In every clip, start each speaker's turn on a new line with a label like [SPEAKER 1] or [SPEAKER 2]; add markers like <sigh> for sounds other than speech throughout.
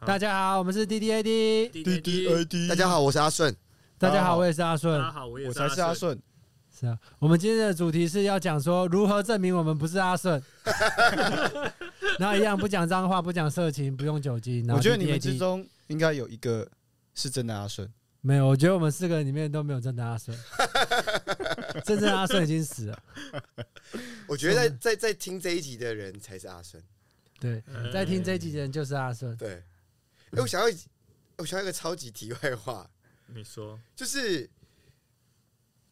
[SPEAKER 1] 大家好，我们是 D D A D。
[SPEAKER 2] D D A D，
[SPEAKER 3] 大家，好，我是阿顺。
[SPEAKER 1] 大家
[SPEAKER 2] 大家
[SPEAKER 1] 好，
[SPEAKER 2] 好
[SPEAKER 1] 我也是阿
[SPEAKER 2] 大
[SPEAKER 1] 顺
[SPEAKER 2] 家。好，我也
[SPEAKER 3] 我才是阿
[SPEAKER 2] 顺。
[SPEAKER 3] 顺，
[SPEAKER 1] 是啊，我们今天的主题是要讲说如何证明我们不是阿 <laughs> 顺。然后一样不讲脏话，不讲色情，不用酒精。然
[SPEAKER 3] 我
[SPEAKER 1] 后
[SPEAKER 3] 觉得你们
[SPEAKER 1] DDAD
[SPEAKER 3] 之中应该有一个是真的阿顺，
[SPEAKER 1] 没有，我觉得我们四个里面都没有真正阿
[SPEAKER 3] <laughs>
[SPEAKER 1] 顺，真正阿顺已经死了。
[SPEAKER 4] 我
[SPEAKER 3] 嗯
[SPEAKER 4] 觉得在在在听这一集的人才是阿顺。
[SPEAKER 1] 对，
[SPEAKER 2] 嗯
[SPEAKER 1] 在听这一集的人就是阿顺。
[SPEAKER 4] 对，
[SPEAKER 3] 嗯
[SPEAKER 4] 哎，我想要一我想要一个超级题外话，
[SPEAKER 2] 你说，
[SPEAKER 4] 就是，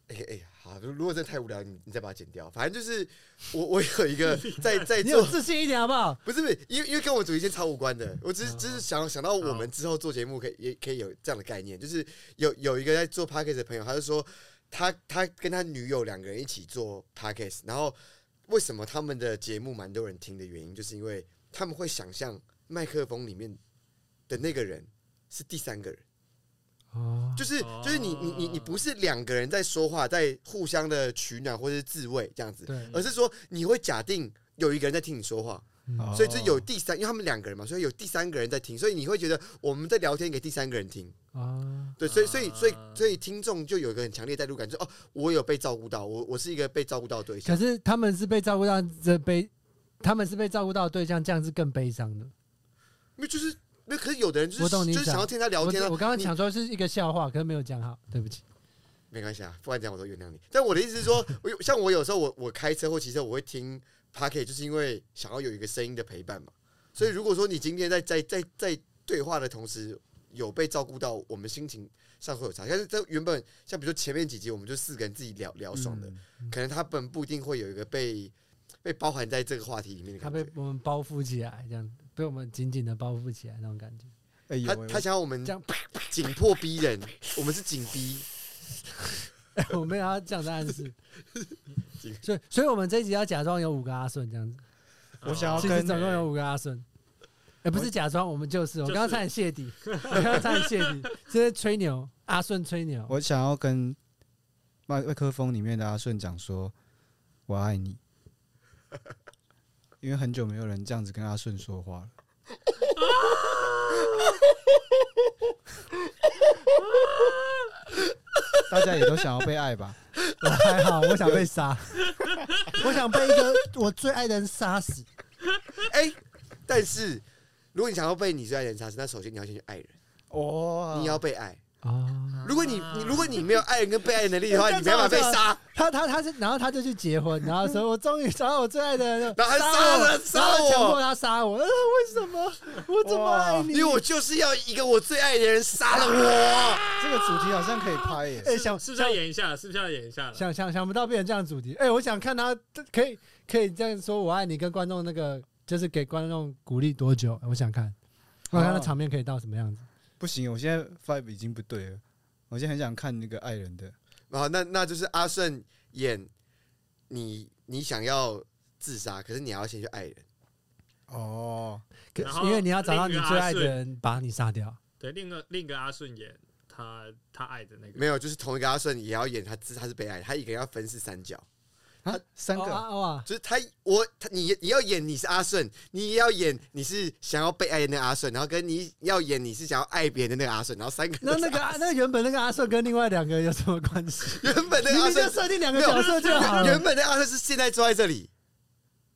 [SPEAKER 4] 哎、哎、好，如果真的太无聊，你你再把它剪掉。反正就是我我有一个在
[SPEAKER 3] 哎 <laughs>
[SPEAKER 4] 在
[SPEAKER 1] 你有
[SPEAKER 4] 做，
[SPEAKER 1] 自信一点好不好？
[SPEAKER 4] 不是不是，因为因为跟我主题先超无关的，我只是
[SPEAKER 1] 哦
[SPEAKER 4] 只是想想到我们之后做节目可以也可以有这样的概念，就是有有一个在做 podcast 的朋友，他就说他他跟他女友两个人一起做 podcast，然后为什么他们的节目蛮多人听的原因，就是因为他们会想象麦克风里面的那个人是第三个人。
[SPEAKER 1] 哦，
[SPEAKER 4] 就是
[SPEAKER 2] 哦
[SPEAKER 4] 就是你你你你不是两个人在说话，在互相的取暖或者是自慰这样子，
[SPEAKER 1] 对，
[SPEAKER 4] 而是说你会假定有一个人在听你说话，
[SPEAKER 1] 嗯
[SPEAKER 3] 哦
[SPEAKER 4] 所以就有第三，因为他们两个人嘛，所以有第三个人在听，所以你会觉得我们在聊天给第三个人听，
[SPEAKER 1] 哦，
[SPEAKER 4] 对，所以所以
[SPEAKER 2] 啊
[SPEAKER 4] 所以所以听众就有一个很强烈的代入感，就哦，我有被照顾到，我我是一个被照顾到的对
[SPEAKER 1] 可
[SPEAKER 4] 象，
[SPEAKER 1] 是他们是被照顾到这悲，他们是被照顾到的对象，这样是更悲伤的。
[SPEAKER 4] 因为就是。那可是有的人就
[SPEAKER 1] 我懂
[SPEAKER 4] 是
[SPEAKER 1] 你
[SPEAKER 4] 就是
[SPEAKER 1] 讲
[SPEAKER 4] 想要听他聊天啊
[SPEAKER 1] 我，我刚刚
[SPEAKER 4] 你
[SPEAKER 1] 想说是一个笑话，可是没有讲好，对不起。
[SPEAKER 4] 没关系啊，不管怎样我都原谅你。但我的意思是说， <laughs> 我有像我有时候我我开车或骑车，我会听 p o c a s t 就是因为想要有一个声音的陪伴嘛。所以如果说你今天在在在在对话的同时有被照顾到，我们心情上会有差。但是这原本像比如说前面几集我们就四个人自己聊聊爽的，
[SPEAKER 1] 嗯
[SPEAKER 4] 可能他本不一定会有一个被被包含在这个话题里面的
[SPEAKER 1] 他被
[SPEAKER 4] 感觉。
[SPEAKER 1] 我们包覆起来，这样被我们紧紧的包覆起来那种感觉。 <laughs>
[SPEAKER 3] 哎
[SPEAKER 4] 他
[SPEAKER 3] 呦，
[SPEAKER 4] 他想要我们
[SPEAKER 1] 这样
[SPEAKER 4] 紧迫逼人，我们是紧逼。
[SPEAKER 1] 我没有要这样的暗示
[SPEAKER 4] 这个，
[SPEAKER 1] 所以所以我们这一集要假装有五个阿顺这样子，
[SPEAKER 3] 我想要
[SPEAKER 2] 啊
[SPEAKER 1] 其
[SPEAKER 3] 跟
[SPEAKER 1] 实总共有五个阿顺。哎，不是假装，我们就是哦我刚刚差点泄底，我刚刚差点泄底，这是吹牛，阿顺吹牛。
[SPEAKER 3] 我想要跟麦麦克风里面的阿顺讲说，我爱你， <laughs> 因为很久没有人这样子跟阿顺说话了。大家也都想要被爱吧？
[SPEAKER 1] 我还好，我想被杀，我想被一个我最爱的人杀死。
[SPEAKER 4] 哎、但是如果你想要被你最爱的人杀死，那首先你要先去爱人，
[SPEAKER 3] 哦
[SPEAKER 4] 你要被爱。
[SPEAKER 1] 哦，
[SPEAKER 4] 如果你你如果你没有爱人跟被爱人能力
[SPEAKER 1] <laughs>
[SPEAKER 4] 的话，
[SPEAKER 1] 这样
[SPEAKER 4] 你没办法被
[SPEAKER 1] 超好
[SPEAKER 4] 杀。
[SPEAKER 1] 他他他是，然后他就去结婚，然后说我终于找到我最爱的人了，
[SPEAKER 4] 然后还
[SPEAKER 1] 杀我，
[SPEAKER 4] 杀了
[SPEAKER 1] 然后
[SPEAKER 4] 杀我
[SPEAKER 1] 强迫他杀我，呃，为什么？我这么爱你？
[SPEAKER 4] 因为我就是要一个我最爱的人杀了
[SPEAKER 1] <laughs>
[SPEAKER 4] 我。
[SPEAKER 3] 这个主题好像可以拍耶！
[SPEAKER 1] 哎，想
[SPEAKER 2] 是不是要演一下？是不是要演一下？
[SPEAKER 1] 想想想不到变成这样的主题。哎，我想看他可以可以这样说我爱你，跟观众那个就是给观众鼓励多久？我想看，我想看那
[SPEAKER 3] 哦
[SPEAKER 1] 场面可以到什么样子。
[SPEAKER 3] 不行，我现在 vibe 已经不对了，我现在很想看那个爱人的。
[SPEAKER 4] 好，哦那那就是阿顺演你，你想要自杀，可是你要先去爱人。
[SPEAKER 3] 哦，
[SPEAKER 1] 可
[SPEAKER 2] 然后
[SPEAKER 1] 因为你要找到你
[SPEAKER 2] 另一个
[SPEAKER 1] 最
[SPEAKER 2] 阿
[SPEAKER 1] 爱的
[SPEAKER 2] 顺
[SPEAKER 1] 人，把你杀掉。
[SPEAKER 2] 对，另一个另一个阿顺演他他爱的那 <laughs> 个，
[SPEAKER 4] 没有，就是同一个阿顺也要演他自，他是被爱的，他一个人要分饰三角，
[SPEAKER 3] 啊，三
[SPEAKER 1] 哦
[SPEAKER 3] 个，
[SPEAKER 1] 啊哇！
[SPEAKER 4] 就是他我他你你要演你是阿顺，你也要演你是想要被爱的那个阿顺，然后跟你要演你是想要爱别人的那个阿顺，然后三个
[SPEAKER 1] 那
[SPEAKER 4] 人
[SPEAKER 1] 那个啊那原本那个阿顺跟另外两个有什么关系？
[SPEAKER 4] 原本那
[SPEAKER 1] 明
[SPEAKER 4] 个阿
[SPEAKER 1] 明就
[SPEAKER 4] 顺
[SPEAKER 1] 设定两个角色就好
[SPEAKER 4] <laughs> 原
[SPEAKER 1] 了。
[SPEAKER 4] 本的阿顺是现在坐在这里，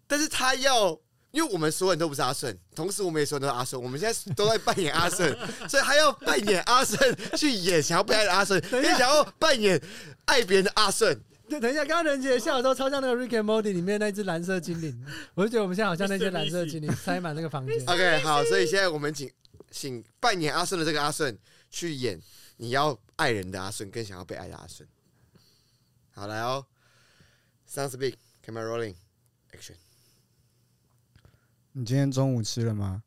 [SPEAKER 4] 但是他要，因为我们所有人都不是阿顺，同时我们也所有人都是阿顺，我们现在都在扮演阿顺， <laughs> 所以他要扮演阿顺去演想要被爱的阿顺，
[SPEAKER 1] 一
[SPEAKER 4] 也
[SPEAKER 1] 下
[SPEAKER 4] 想要扮演爱别人的阿顺。
[SPEAKER 1] 对，等一下，刚刚任杰笑的时候超像那个《Rick and Morty》里面那只蓝色精灵，我就觉得我们现在好像那些
[SPEAKER 2] Mr.
[SPEAKER 1] 蓝色精灵塞满那个房间。
[SPEAKER 4] OK，好，所以现在我们请请扮演阿顺的这个阿顺去演你要爱人的阿顺跟想要被爱的阿顺。好，来哦，Sounds big，camera rolling，action。
[SPEAKER 3] 你今天中午吃了吗？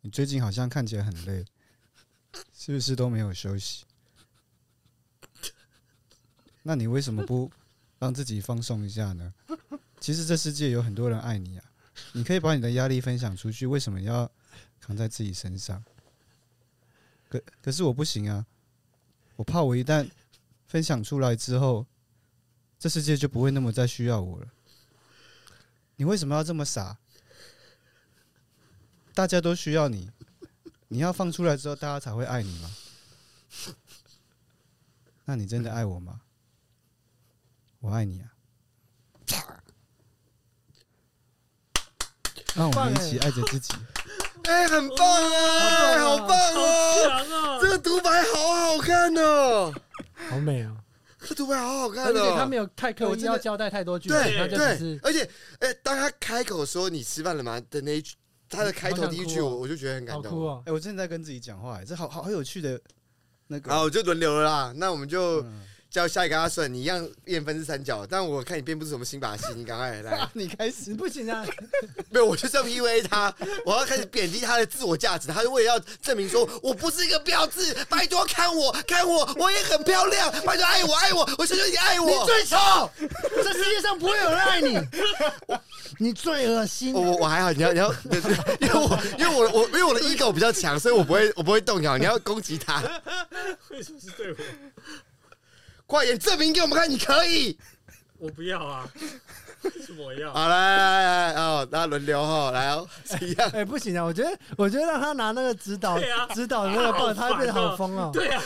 [SPEAKER 3] 你最近好像看起来很累，是不是都没有休息？那你为什么不让自己放松一下呢？其实这世界有很多人爱你啊，你可以把你的压力分享出去，为什么要扛在自己身上？可可是我不行啊，我怕我一旦分享出来之后，这世界就不会那么再需要我了。你为什么要这么傻？大家都需要你，你要放出来之后，大家才会爱你吗？那你真的爱我吗？我爱你啊！让我们一起爱着自己。
[SPEAKER 4] 哎、很棒啊，
[SPEAKER 1] 好棒啊
[SPEAKER 4] 好棒哦！
[SPEAKER 2] 强啊
[SPEAKER 4] <laughs> 这！个独白好好看哦，
[SPEAKER 1] 好美哦！
[SPEAKER 4] 这独白好好看
[SPEAKER 1] 而且他
[SPEAKER 4] 哦
[SPEAKER 1] 没。有太刻
[SPEAKER 4] 我
[SPEAKER 1] 意
[SPEAKER 4] 真的
[SPEAKER 1] 要交代太多句，他
[SPEAKER 4] 对
[SPEAKER 1] 就只
[SPEAKER 4] 对
[SPEAKER 1] 是，
[SPEAKER 4] 而且，哎、当他开口说“你吃饭了吗”的那一句，他的开头第一句，
[SPEAKER 1] 好想哭哦
[SPEAKER 4] 我我就觉得很
[SPEAKER 1] 好
[SPEAKER 4] 感
[SPEAKER 1] 酷
[SPEAKER 4] 动。
[SPEAKER 1] 哦
[SPEAKER 3] 哎、。我真的在跟自己讲话、哎，这好好好有趣的那个。
[SPEAKER 4] 好，我就轮流了啦。那我们就
[SPEAKER 3] 嗯 <laughs>
[SPEAKER 4] 叫下一个阿顺，你一样变分是三角，但我看你变不出什么新把戏，你赶
[SPEAKER 1] <laughs>
[SPEAKER 4] 快来。
[SPEAKER 3] 你开
[SPEAKER 1] 你
[SPEAKER 3] 始
[SPEAKER 1] 不行啊！
[SPEAKER 4] 没有，我就是要 PUA 他，我要开始贬低他的自我价值。他为了要证明说我不是一个标志，拜托看我看我，我也很漂亮，拜托爱我爱我，我求求你爱我。
[SPEAKER 1] 丑， <laughs> 这世界上不会有人爱你，你最恶心
[SPEAKER 4] 我我我还好，你要你要，因为我因为我我因为我的 ego 比较强，所以我不会我不会动摇。你要攻击他，
[SPEAKER 2] 为什么是对我？
[SPEAKER 4] 快点证明给我们看你可以。
[SPEAKER 2] 我不要啊！为什么我要？
[SPEAKER 4] 好，来来来来，哦，大家轮流哈，来哦，这样。
[SPEAKER 1] 哎，不行啊！我觉得，我觉得让他拿那个指导
[SPEAKER 2] 对啊
[SPEAKER 1] 指导的那个棒，
[SPEAKER 2] 好
[SPEAKER 1] 他
[SPEAKER 2] 烦
[SPEAKER 1] 会变得好疯哦。
[SPEAKER 2] 对啊，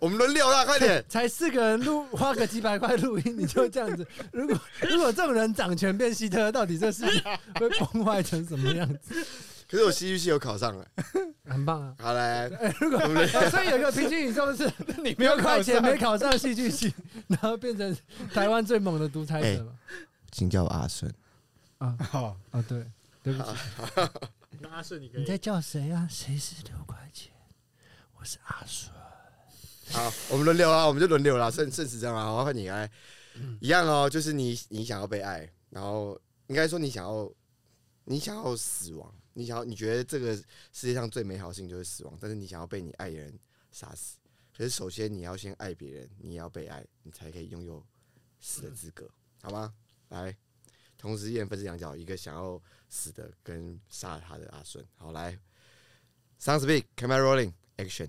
[SPEAKER 4] 我们轮流啦，快点！
[SPEAKER 1] 才四个人录，花个几百块录音，你就这样
[SPEAKER 3] <laughs>
[SPEAKER 1] 子。如果如果这种人掌权变希特，到底这
[SPEAKER 3] <laughs>
[SPEAKER 1] 事情会崩坏成什么样子？
[SPEAKER 4] 可是我戏剧系有考上了，
[SPEAKER 1] 很棒啊！
[SPEAKER 4] 好来，
[SPEAKER 1] 哎，如果、哦所以有一个平均宇宙
[SPEAKER 3] <laughs>
[SPEAKER 1] 是你
[SPEAKER 3] 没有考上
[SPEAKER 1] 块钱没考上戏剧
[SPEAKER 3] <laughs>
[SPEAKER 1] 系，然后变成台湾最猛的独裁者嘛？
[SPEAKER 4] 请叫我阿顺。
[SPEAKER 1] 啊
[SPEAKER 3] 好，
[SPEAKER 1] 啊，对，对不起，
[SPEAKER 2] 那阿顺你可
[SPEAKER 1] 你在
[SPEAKER 2] 以。
[SPEAKER 1] 叫谁啊？谁是六块
[SPEAKER 3] <laughs>
[SPEAKER 1] 钱？我是阿顺。
[SPEAKER 4] 好，我们轮流啊啦，我们就轮流啦，顺顺时针啦，好，换你来，一样哦，就是你你想要被爱，然后应该说你想要你想要死亡，你想要你觉得这个世界上最美好的事情就是死亡，但是你想要被你爱的人杀死，可是首先你要先爱别人，你也要被爱，你才可以拥有死的资格，好吗？来，同时一人分饰两角，一个想要死的跟杀了他的阿顺，好来，Sounds big, camera rolling, action。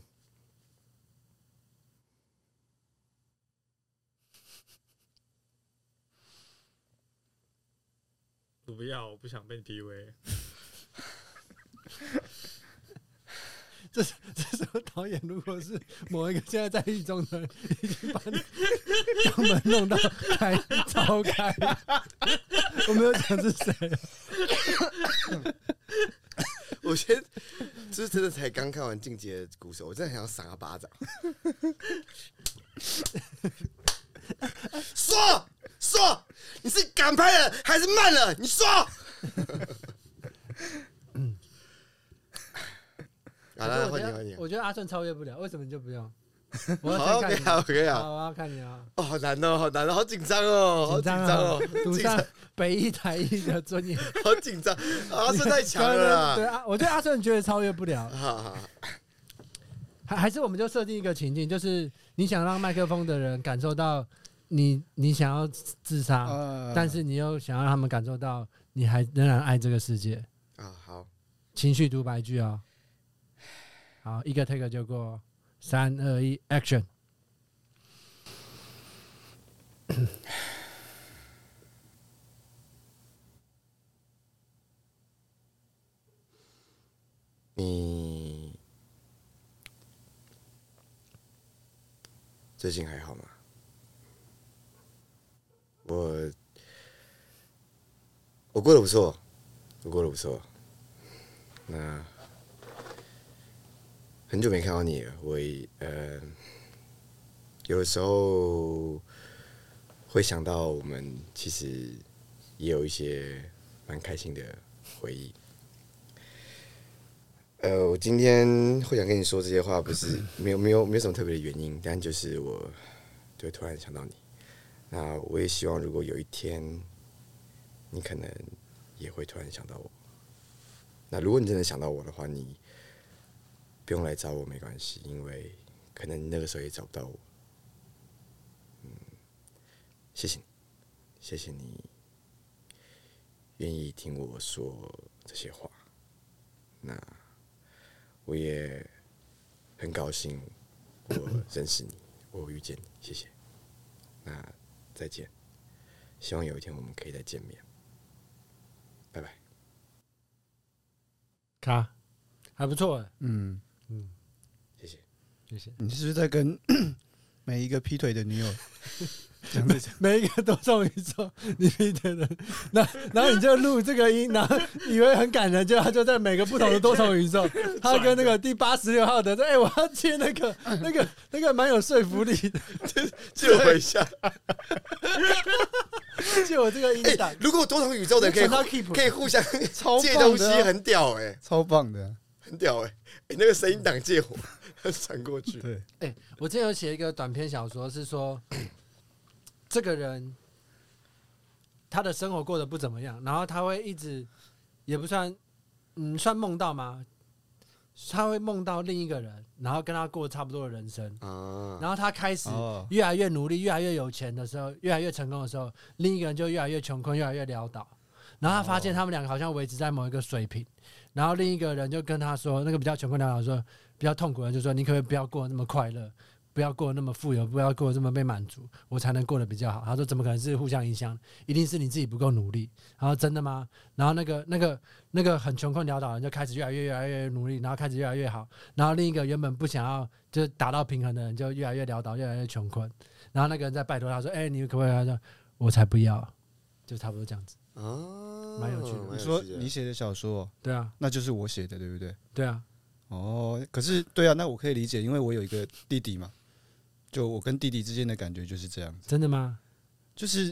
[SPEAKER 2] 我不要，我不想被 PUA。
[SPEAKER 1] 这是这时候导演如果是某一个现在在狱中的人，已经把 <laughs> 你肛门弄到
[SPEAKER 3] <laughs>
[SPEAKER 1] 开超开，我没有讲是谁。
[SPEAKER 4] <laughs> 我先就是真的才刚看完《进阶的鼓手》，我真的很想赏他巴掌。 <laughs> 说说，你是赶拍了还是慢了？你说。好了，
[SPEAKER 1] 我
[SPEAKER 4] 哎换
[SPEAKER 1] 觉
[SPEAKER 4] 你
[SPEAKER 1] 得
[SPEAKER 4] 换你。
[SPEAKER 1] 我觉得阿顺超越不了，为什么你就不
[SPEAKER 4] <laughs>
[SPEAKER 1] 用？我
[SPEAKER 4] 好
[SPEAKER 1] 要先
[SPEAKER 4] ，OK
[SPEAKER 1] 看你，
[SPEAKER 4] 好，OK 好。
[SPEAKER 1] 好，我要看你啊。
[SPEAKER 4] 哦，好难哦，好难哦，好紧张哦，好
[SPEAKER 1] 紧
[SPEAKER 4] 紧
[SPEAKER 1] 张
[SPEAKER 4] 张
[SPEAKER 1] 啊
[SPEAKER 4] 哦，！
[SPEAKER 1] 赌
[SPEAKER 4] <laughs> 紧张
[SPEAKER 1] 上，北一台一的尊严，
[SPEAKER 4] 好紧张。啊 <laughs> 阿顺太强了
[SPEAKER 1] <laughs> 对
[SPEAKER 4] 啦！
[SPEAKER 1] 啊，我啊对阿顺觉得超越不了，
[SPEAKER 4] 好好，好
[SPEAKER 1] 还还是我们就设定一个情境，就是你想让麦克风的人感受到你你想要自杀，
[SPEAKER 4] 啊
[SPEAKER 3] 呃
[SPEAKER 1] 但是你又想要让他们感受到你还仍然爱这个世界，
[SPEAKER 4] 啊好。
[SPEAKER 1] 情绪独白剧哦。好，一个 take 就过哦，三二一，action！
[SPEAKER 4] 你最近还好吗？我我过得不错，我过得不错。那很久没看到你了，我也呃，有的时候会想到我们其实也有一些蛮开心的回忆。呃，我今天会想跟你说这些话，不是没有没有没有什么特别的原因，但就是我就会突然想到你。那我也希望，如果有一天你可能也会突然想到我。那如果你真的想到我的话，你不用来找我没关系，因为可能你那个时候也找不到我。嗯，谢谢你，谢谢你愿意听我说这些话。那。我也很高兴我认识 <laughs> 你，我遇见你，谢谢。那再见，希望有一天我们可以再见面。拜拜。
[SPEAKER 1] 卡，还不错哎，
[SPEAKER 3] 嗯，
[SPEAKER 1] 嗯，
[SPEAKER 4] 谢谢。
[SPEAKER 1] 谢谢。
[SPEAKER 3] 你是不是在跟 <coughs> 每一个劈腿的女 <laughs> 友讲这讲？
[SPEAKER 1] 每一个都送一首你劈腿的，那然后你就录这个音，然后以为很感人，结果他就在每个不同的多重宇宙，他跟那个第八十六号的说：“哎、我要接那个那个那个蛮有说服力的，
[SPEAKER 4] 借我
[SPEAKER 3] <laughs>
[SPEAKER 4] 一下。
[SPEAKER 1] 借我这个音
[SPEAKER 4] 哎、
[SPEAKER 1] 档。
[SPEAKER 4] 如果多重宇宙的人可以
[SPEAKER 1] 那传
[SPEAKER 4] 互
[SPEAKER 1] 到 keep
[SPEAKER 4] 可以互相
[SPEAKER 3] <laughs> 超
[SPEAKER 4] 借
[SPEAKER 3] 棒
[SPEAKER 4] 东西
[SPEAKER 3] 的啊，
[SPEAKER 4] 很屌哎、
[SPEAKER 3] 超棒的啊，
[SPEAKER 4] 很屌哎、哎那个声音档借我 <laughs> 传过去。
[SPEAKER 3] 对，
[SPEAKER 1] 哎、我之前有写一个短篇小说，是说这个人他的生活过得不怎么样，然后他会一直也不算嗯算梦到吗？他会梦到另一个人，然后跟他过差不多的人生，
[SPEAKER 4] 啊，
[SPEAKER 1] 然后他开始
[SPEAKER 3] 哦，
[SPEAKER 1] 越来越努力、越来越有钱的时候，越来越成功的时候，另一个人就越来越穷困、越来越潦倒。然后他发现他们两个好像维持在某一个水平，然后另一个人就跟他说，那个比较穷困潦倒说比较痛苦的，就说你可不可以不要过得那么快乐，不要过得那么富有，不要过得这么被满足，我才能过得比较好。他说怎么可能是互相影响，一定是你自己不够努力。然后真的吗？然后那个那个那个很穷困潦倒的人就开始越来越越来越努力，然后开始越来越好。然后另一个原本不想要就是达到平衡的人就越来越潦倒，越来越穷困。然后那个人在拜托他说：“哎、你可不可以？”他说：“我才不要。”
[SPEAKER 4] 嗯
[SPEAKER 1] 就差不多这样子。
[SPEAKER 4] 啊，
[SPEAKER 1] 蛮有趣的
[SPEAKER 4] 蛮
[SPEAKER 3] 你
[SPEAKER 4] 趣
[SPEAKER 3] 说
[SPEAKER 4] 的
[SPEAKER 3] 你写的小说哦，
[SPEAKER 1] 对啊，
[SPEAKER 3] 那就是我写的，对不对？
[SPEAKER 1] 对啊，
[SPEAKER 3] 哦，可 <laughs> 是对啊，那我可以理解，因为我有一个弟弟嘛，就我跟弟弟之间的感觉就是这样，
[SPEAKER 1] 真的吗？
[SPEAKER 3] 就是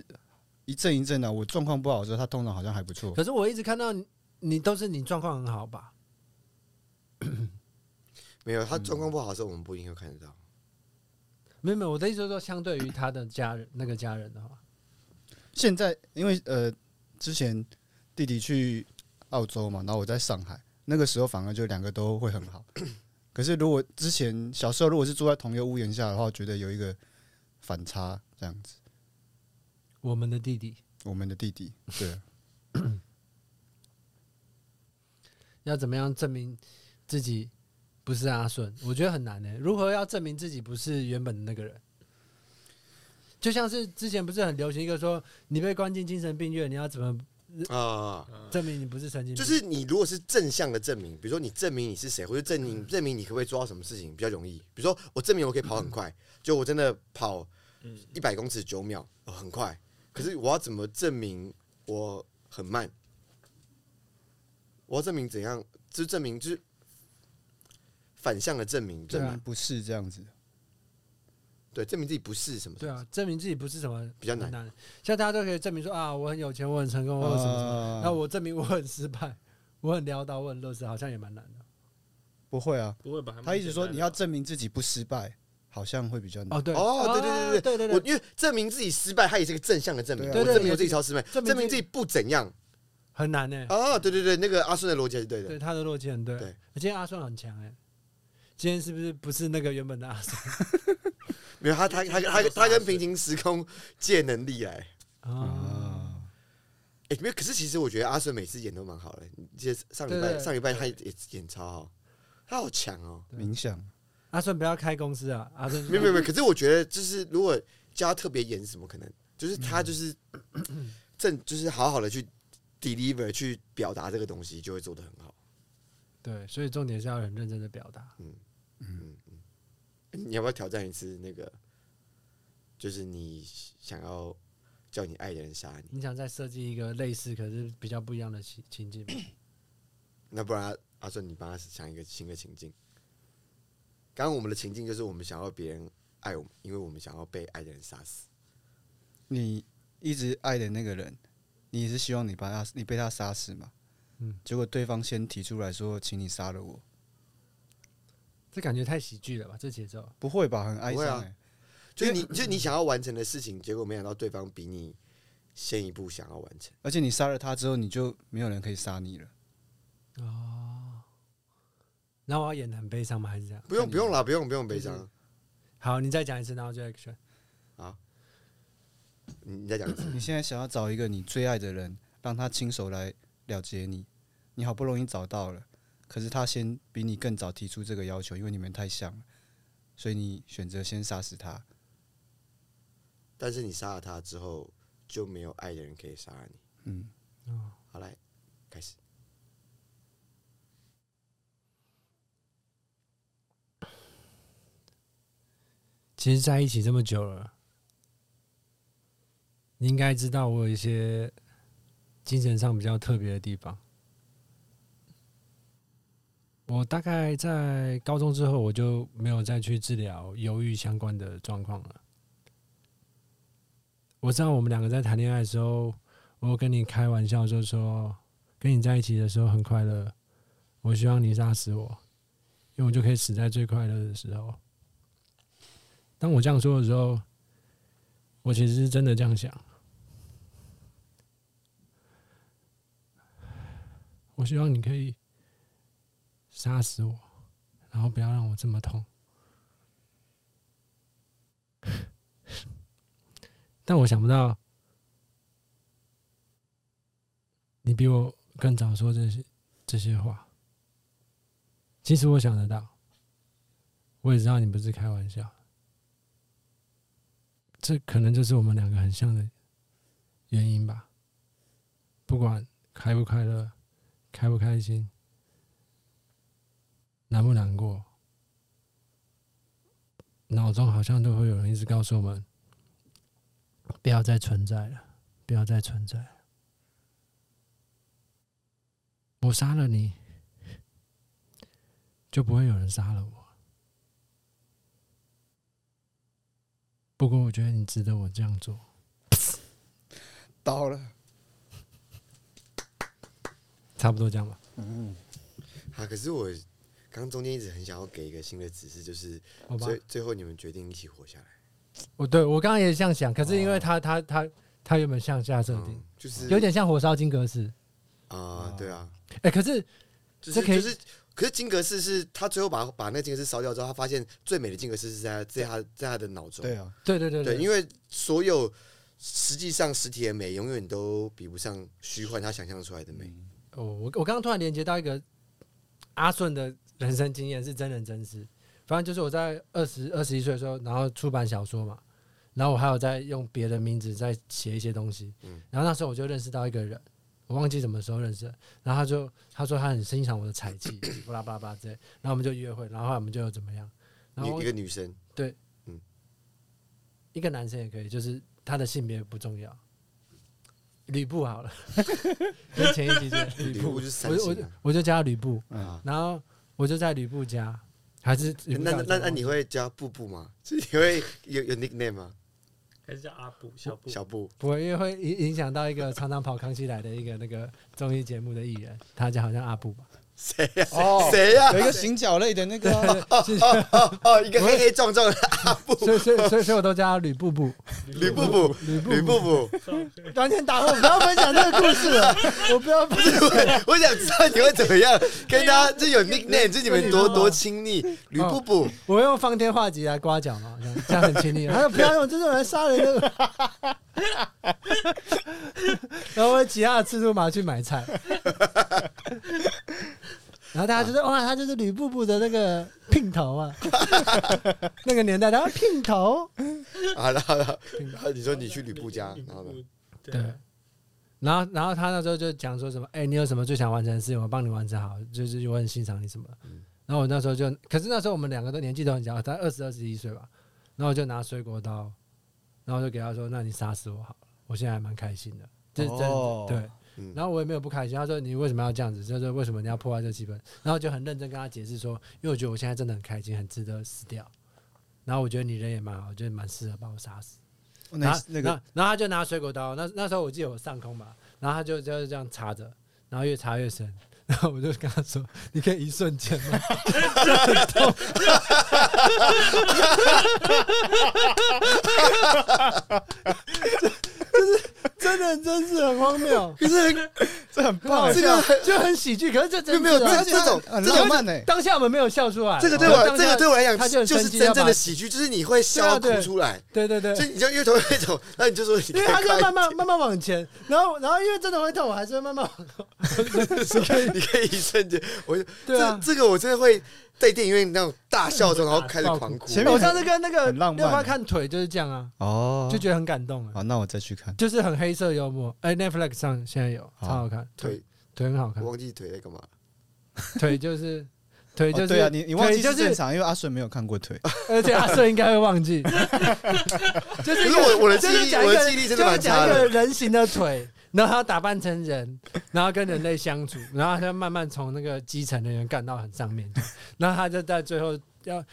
[SPEAKER 3] 一阵一阵的、啊我状况不好的时候，他通常好像还不
[SPEAKER 4] 嗯
[SPEAKER 3] 错。
[SPEAKER 1] 可是我一直看到你，你都是你状况很好吧？
[SPEAKER 4] 没有他状况不好的时候，我们不一定会看得到。
[SPEAKER 1] 没有没有，我的意思是说，相对于他的家人那个家人哦的话，
[SPEAKER 3] 现在因为呃，之前弟弟去澳洲嘛，然后我在上海，那个时候反而就两个都会很
[SPEAKER 1] <clears throat>
[SPEAKER 3] 好。可是如果之前小时候如果是住在同一个屋檐下的话，觉得有一个反差这样子。
[SPEAKER 1] 我们的弟弟
[SPEAKER 3] 我们的弟弟，对啊，
[SPEAKER 1] 要怎么样证明自己不是阿顺？我觉得很难呢、欸如何要证明自己不是原本的那个人？就像是之前不是很流行一个说，你被关进精神病院，你要怎么
[SPEAKER 3] 嗯
[SPEAKER 4] 啊，
[SPEAKER 1] 证明你不是神经病？
[SPEAKER 4] 就是你如果是正向的证明，比如说你证明你是谁，或者证
[SPEAKER 1] 嗯
[SPEAKER 4] 明证明你可不可以做到什么事情比较容易。比如说我证明我可以跑很
[SPEAKER 1] 嗯
[SPEAKER 4] 快，就我真的跑
[SPEAKER 2] 嗯
[SPEAKER 4] 一百公尺九秒、哦很快。
[SPEAKER 1] 嗯
[SPEAKER 4] 可是我要怎么证明我很慢？我要证明怎样？就是证明就是反向的证明，
[SPEAKER 3] 证
[SPEAKER 1] 啊
[SPEAKER 4] 证明
[SPEAKER 3] 明不是这样子。
[SPEAKER 4] 对证明自己不是什么。
[SPEAKER 1] 对啊，证明自己不是什么
[SPEAKER 4] 比较
[SPEAKER 1] 很
[SPEAKER 4] 难
[SPEAKER 1] 难。现在大家都可以证明说啊，我很有钱，我很成功，我很什么什么。
[SPEAKER 4] 呃
[SPEAKER 3] 啊
[SPEAKER 1] 哦那、我证明我很失败， <laughs> 我很潦倒，我很弱智，好像也蛮难的。
[SPEAKER 3] 不会啊，
[SPEAKER 2] 不会吧？还蛮
[SPEAKER 3] 他一直说
[SPEAKER 2] 简单的
[SPEAKER 3] 你要
[SPEAKER 2] 吧
[SPEAKER 3] 证明自己不失败，好像会比较难。
[SPEAKER 1] 哦，对，
[SPEAKER 4] 哦对对
[SPEAKER 1] 啊
[SPEAKER 4] 对
[SPEAKER 1] 对对
[SPEAKER 4] 我因为证明自己失败，它也是个正向的证明。
[SPEAKER 3] 对
[SPEAKER 1] 啊
[SPEAKER 4] 我
[SPEAKER 1] 对
[SPEAKER 4] 证明
[SPEAKER 1] 对
[SPEAKER 4] 我自己超失败，
[SPEAKER 1] 证明自己
[SPEAKER 4] 证明自己不怎样
[SPEAKER 1] 很难呢。
[SPEAKER 4] 啊！对对对，那个阿顺的逻辑还是对的
[SPEAKER 1] 对，。他的落剑对
[SPEAKER 4] 对。
[SPEAKER 1] 今天阿顺很强哎，今天是不是不是那个原本的阿
[SPEAKER 4] <laughs>
[SPEAKER 1] 顺？
[SPEAKER 4] 没有他，他他他他跟平行时空借能力来。
[SPEAKER 1] 啊，
[SPEAKER 3] 啊，
[SPEAKER 4] 哎、没有，可是其实我觉得阿顺每次演都蛮好的。你记得上礼
[SPEAKER 1] 对
[SPEAKER 4] 拜
[SPEAKER 1] 对
[SPEAKER 4] 上礼拜他也演超好，他好强哦、
[SPEAKER 3] 冥想
[SPEAKER 1] 阿顺不要开公司啊，阿顺
[SPEAKER 4] 没有没有没有，可是我觉得就是如果叫他特别演什么，可能就是他就是正就是好好的去 deliver 去表达这个东西，就会做得很好。
[SPEAKER 1] <laughs> 对，所以重点是要很认真的表达。
[SPEAKER 4] 嗯嗯，你要不要挑战一次那个？就是你想要叫你爱的人杀你，
[SPEAKER 1] 你想再设计一个类似可是比较不一样的情情境吗？ <coughs>
[SPEAKER 4] 那不然阿顺，你帮他想一个新的情境。刚刚我们的情境就是我们想要别人爱我们，因为我们想要被爱的人杀死。
[SPEAKER 3] 你一直爱的那个人，你也是希望你把他，你被他杀死嘛？
[SPEAKER 1] 嗯
[SPEAKER 3] 结果对方先提出来说，请你杀了我，
[SPEAKER 1] 这感觉太喜剧了吧？这节奏，
[SPEAKER 3] 不会吧？很哀
[SPEAKER 4] 不会
[SPEAKER 3] 伤、
[SPEAKER 4] 啊
[SPEAKER 3] 欸，
[SPEAKER 4] 就是你，就是你想要完成的事情，结果没想到对方比你先一步想要完成。
[SPEAKER 3] 而且你杀了他之后，你就没有人可以杀你了。
[SPEAKER 1] 然后我要演得很悲伤吗？还是这样？
[SPEAKER 4] 不用，不用啦，不用，不用悲伤。
[SPEAKER 1] 好，你再讲一次，然后就 action。
[SPEAKER 4] 你你再讲一次，
[SPEAKER 3] 你现在想要找一个你最爱的人，让他亲手来了结你，你好不容易找到了，可是他先比你更早提出这个要求，因为你们太像了，所以你选择先杀死他。
[SPEAKER 4] 但是你杀了他之后，就没有爱的人可以杀了你。
[SPEAKER 3] 嗯，
[SPEAKER 4] 好，来开始。
[SPEAKER 1] 其实在一起这么久了，你应该知道我有一些精神上比较特别的地方。我大概在高中之后，我就没有再去治疗忧郁相关的状况了。我知道我们两个在谈恋爱的时候，我有跟你开玩笑，就说跟你在一起的时候很快乐，我希望你杀死我，因为我就可以死在最快乐的时候。当我这样说的时候，我其实是真的这样想。我希望你可以杀死我，然后不要让我这么痛。 <laughs> 但我想不到，你比我更早说这些这些话。其实我想得到，我也知道你不是开玩笑。这可能就是我们两个很像的原因吧。不管开不快乐，开不开心，难不难过，脑中好像都会有人一直告诉我们：不要再存在了，不要再存在了。我杀了你，就不会有人杀了我。不过我觉得你值得我这样做。
[SPEAKER 3] 到了，
[SPEAKER 1] 差不多这样吧。
[SPEAKER 3] 嗯，
[SPEAKER 4] 啊，可是我刚中间一直很想要给一个新的指示，就是
[SPEAKER 1] 好吧，
[SPEAKER 4] 最最后你们决定一起活下来，
[SPEAKER 1] 我对我刚刚也这样想，可是因为
[SPEAKER 4] 哦
[SPEAKER 1] 他他他他原本向下设定
[SPEAKER 4] 嗯，，就是
[SPEAKER 1] 有点像火烧金阁寺。
[SPEAKER 4] 啊，对啊，
[SPEAKER 1] 哎，可是
[SPEAKER 4] 就
[SPEAKER 1] 这
[SPEAKER 4] 是
[SPEAKER 1] 可以
[SPEAKER 4] 就是，可是金格士是他最后把把那个金格士烧掉之后，他发现最美的金格士是在他在他在他的脑中，
[SPEAKER 3] 对啊，
[SPEAKER 1] 对对对
[SPEAKER 4] 对，因
[SPEAKER 1] 为
[SPEAKER 4] 为所有实际上实体的美永远都比不上虚幻他想象出来的美。
[SPEAKER 3] 嗯
[SPEAKER 1] 哦，我我刚刚突然连接到一个阿顺的人生经验是真人真事，反正就是我在二十二十一岁的时候，然后出版小说嘛，然后我还有在用别的名字在写一些东西，
[SPEAKER 4] 嗯
[SPEAKER 1] 然后那时候我就认识到一个人，我忘记什么时候认识的，然后他就他说他很欣赏我的才气， <coughs> 巴拉巴拉巴拉之类，然后我们就约会，然后后来我们就怎么样，然后
[SPEAKER 4] 女
[SPEAKER 1] 我
[SPEAKER 4] 一个女生，
[SPEAKER 1] 一个男生也可以，就是他的性别不重要。吕布好 <laughs> 了，跟前一集的
[SPEAKER 4] 礼
[SPEAKER 1] 吕布
[SPEAKER 4] 物，就是三
[SPEAKER 1] 我就我
[SPEAKER 4] 星
[SPEAKER 1] 就
[SPEAKER 4] 啊
[SPEAKER 1] 我就叫他吕布，
[SPEAKER 4] 啊。
[SPEAKER 1] 然后我就在吕布家，还是吕布
[SPEAKER 4] 那
[SPEAKER 1] 家
[SPEAKER 4] 那那那你会叫布布吗？是你会有有 nickname 吗？
[SPEAKER 2] 还是叫阿布小布
[SPEAKER 4] 小布
[SPEAKER 1] 不会，因为会影影响到一个常常跑康熙来的一个那个综艺节目的艺人，他就好像阿布吧，
[SPEAKER 4] 谁呀？
[SPEAKER 3] 哦，
[SPEAKER 4] 谁呀
[SPEAKER 3] 有？一个行脚类的那
[SPEAKER 4] <laughs>
[SPEAKER 3] 个啊，
[SPEAKER 4] 哦，一个黑黑壮壮的
[SPEAKER 1] 所以所以所以所以我都叫他吕布布，
[SPEAKER 4] 吕布布，
[SPEAKER 1] 吕布
[SPEAKER 4] 吕布布。
[SPEAKER 1] <laughs> 完全打我，不要分享这个故事 <laughs> 了，我不要分享。
[SPEAKER 4] 我想知道你会怎么样跟他，就有 nickname，就你们多多亲密。吕布布，
[SPEAKER 1] 我用方天画戟来刮脚嘛，这样这样很亲密。还啊有不要用这种来杀人的。 <laughs> 然后我骑他的赤兔马去买菜，然后大家就说：“哇，他就是吕布布的那个姘头啊，那个年代，他说姘头。
[SPEAKER 4] <laughs> 好了好了，然后你说你去吕
[SPEAKER 1] <laughs>
[SPEAKER 4] 布家，然后呢？
[SPEAKER 2] 对啊，”
[SPEAKER 1] 然后，然后他那时候就讲说什么：“哎、你有什么最想完成的事情，我帮你完成好，就是我很欣赏你什么。然后我那时候就，可是那时候我们两个都年纪都很小，他二十二十一岁吧。然后我就拿水果刀，然后我就给他说：“那你杀死我好了，我现在还蛮开心的。”这是真的、
[SPEAKER 3] 哦
[SPEAKER 1] 对。
[SPEAKER 4] 嗯
[SPEAKER 1] 然后我也没有不开心，他说：“你为什么要这样子？就是为什么你要破坏这气氛？”然后就很认真跟他解释说：“因为我觉得我现在真的很开心，很值得死掉。然后我觉得你人也蛮好，我觉得蛮适合把我杀死。”然
[SPEAKER 3] 那
[SPEAKER 1] 后
[SPEAKER 3] 那个，
[SPEAKER 1] 然后他就拿水果刀，那那时候我记得我上空吧，然后他就就是这样插着，然后越插越深，然后我就跟他说：“你可以一瞬间吗？” <laughs> 就很痛。就就是真的真是很荒
[SPEAKER 4] <laughs>
[SPEAKER 1] 谬，
[SPEAKER 4] 可是
[SPEAKER 3] 这
[SPEAKER 1] 很
[SPEAKER 3] 很
[SPEAKER 1] 好
[SPEAKER 3] 棒，
[SPEAKER 1] 笑
[SPEAKER 3] 这
[SPEAKER 4] 这
[SPEAKER 3] 个
[SPEAKER 4] 个
[SPEAKER 1] 就很喜剧，可是这真的
[SPEAKER 4] 没有没有
[SPEAKER 1] 啊
[SPEAKER 3] 而且它
[SPEAKER 4] 这种
[SPEAKER 3] 很
[SPEAKER 4] 这种
[SPEAKER 3] 浪漫欸呢，
[SPEAKER 1] 当下我们没有笑出来，
[SPEAKER 4] 这个对
[SPEAKER 1] 然后当
[SPEAKER 4] 我，
[SPEAKER 1] 下
[SPEAKER 4] 这个对我来
[SPEAKER 1] 他
[SPEAKER 4] 讲
[SPEAKER 1] 就很
[SPEAKER 4] 就是
[SPEAKER 1] 生气
[SPEAKER 4] 真正
[SPEAKER 1] 要把
[SPEAKER 4] 的喜剧，就是你会笑
[SPEAKER 1] 对啊
[SPEAKER 4] 到
[SPEAKER 1] 对
[SPEAKER 4] 哭出来，
[SPEAKER 1] 对对对，
[SPEAKER 4] 就你就越头越痛，那你就说你
[SPEAKER 1] 因为他
[SPEAKER 4] 开
[SPEAKER 1] 就
[SPEAKER 4] 快
[SPEAKER 1] 慢慢慢慢往前，然后然后因为真的会痛，我还是会慢慢往 <laughs>
[SPEAKER 4] 点，你可以一瞬间，我就
[SPEAKER 1] 对啊
[SPEAKER 4] 这。这个我真的会在电影院那种大笑中，然后开始狂哭。
[SPEAKER 3] 前面
[SPEAKER 1] 我上次跟那个
[SPEAKER 3] 很浪漫
[SPEAKER 1] 六
[SPEAKER 3] 啊
[SPEAKER 1] 花看腿就是这样啊，
[SPEAKER 3] 哦
[SPEAKER 1] 就觉得很感动啊，
[SPEAKER 3] 好，那我再去看，
[SPEAKER 1] 就是很黑色幽默。哎，Netflix 上
[SPEAKER 3] 哦
[SPEAKER 1] 现在有，超好看，腿
[SPEAKER 4] 腿，
[SPEAKER 1] 腿很好看
[SPEAKER 4] 我，忘记腿在干嘛。
[SPEAKER 1] 腿就是腿就是
[SPEAKER 3] 哦对啊，你你忘记
[SPEAKER 1] 腿就是
[SPEAKER 3] 正
[SPEAKER 1] 是，
[SPEAKER 3] 常，因为阿顺没有看过
[SPEAKER 4] 啊
[SPEAKER 3] 腿。
[SPEAKER 1] <laughs> 而且阿顺应该会忘
[SPEAKER 4] <laughs>
[SPEAKER 1] 记，就
[SPEAKER 4] 可
[SPEAKER 1] 是一
[SPEAKER 4] 是
[SPEAKER 1] 个
[SPEAKER 4] 我我的记
[SPEAKER 1] 就是
[SPEAKER 4] 忆，
[SPEAKER 1] 讲一
[SPEAKER 4] 我
[SPEAKER 1] 个
[SPEAKER 4] 的记忆力真的
[SPEAKER 1] 就是
[SPEAKER 4] 蛮
[SPEAKER 1] 讲
[SPEAKER 4] 差
[SPEAKER 1] 一个
[SPEAKER 4] 的。
[SPEAKER 1] 人形的腿，然后他打扮成人，然后跟人类相处，然后他慢慢从那个基层人员干到很上面，然后他就在最后要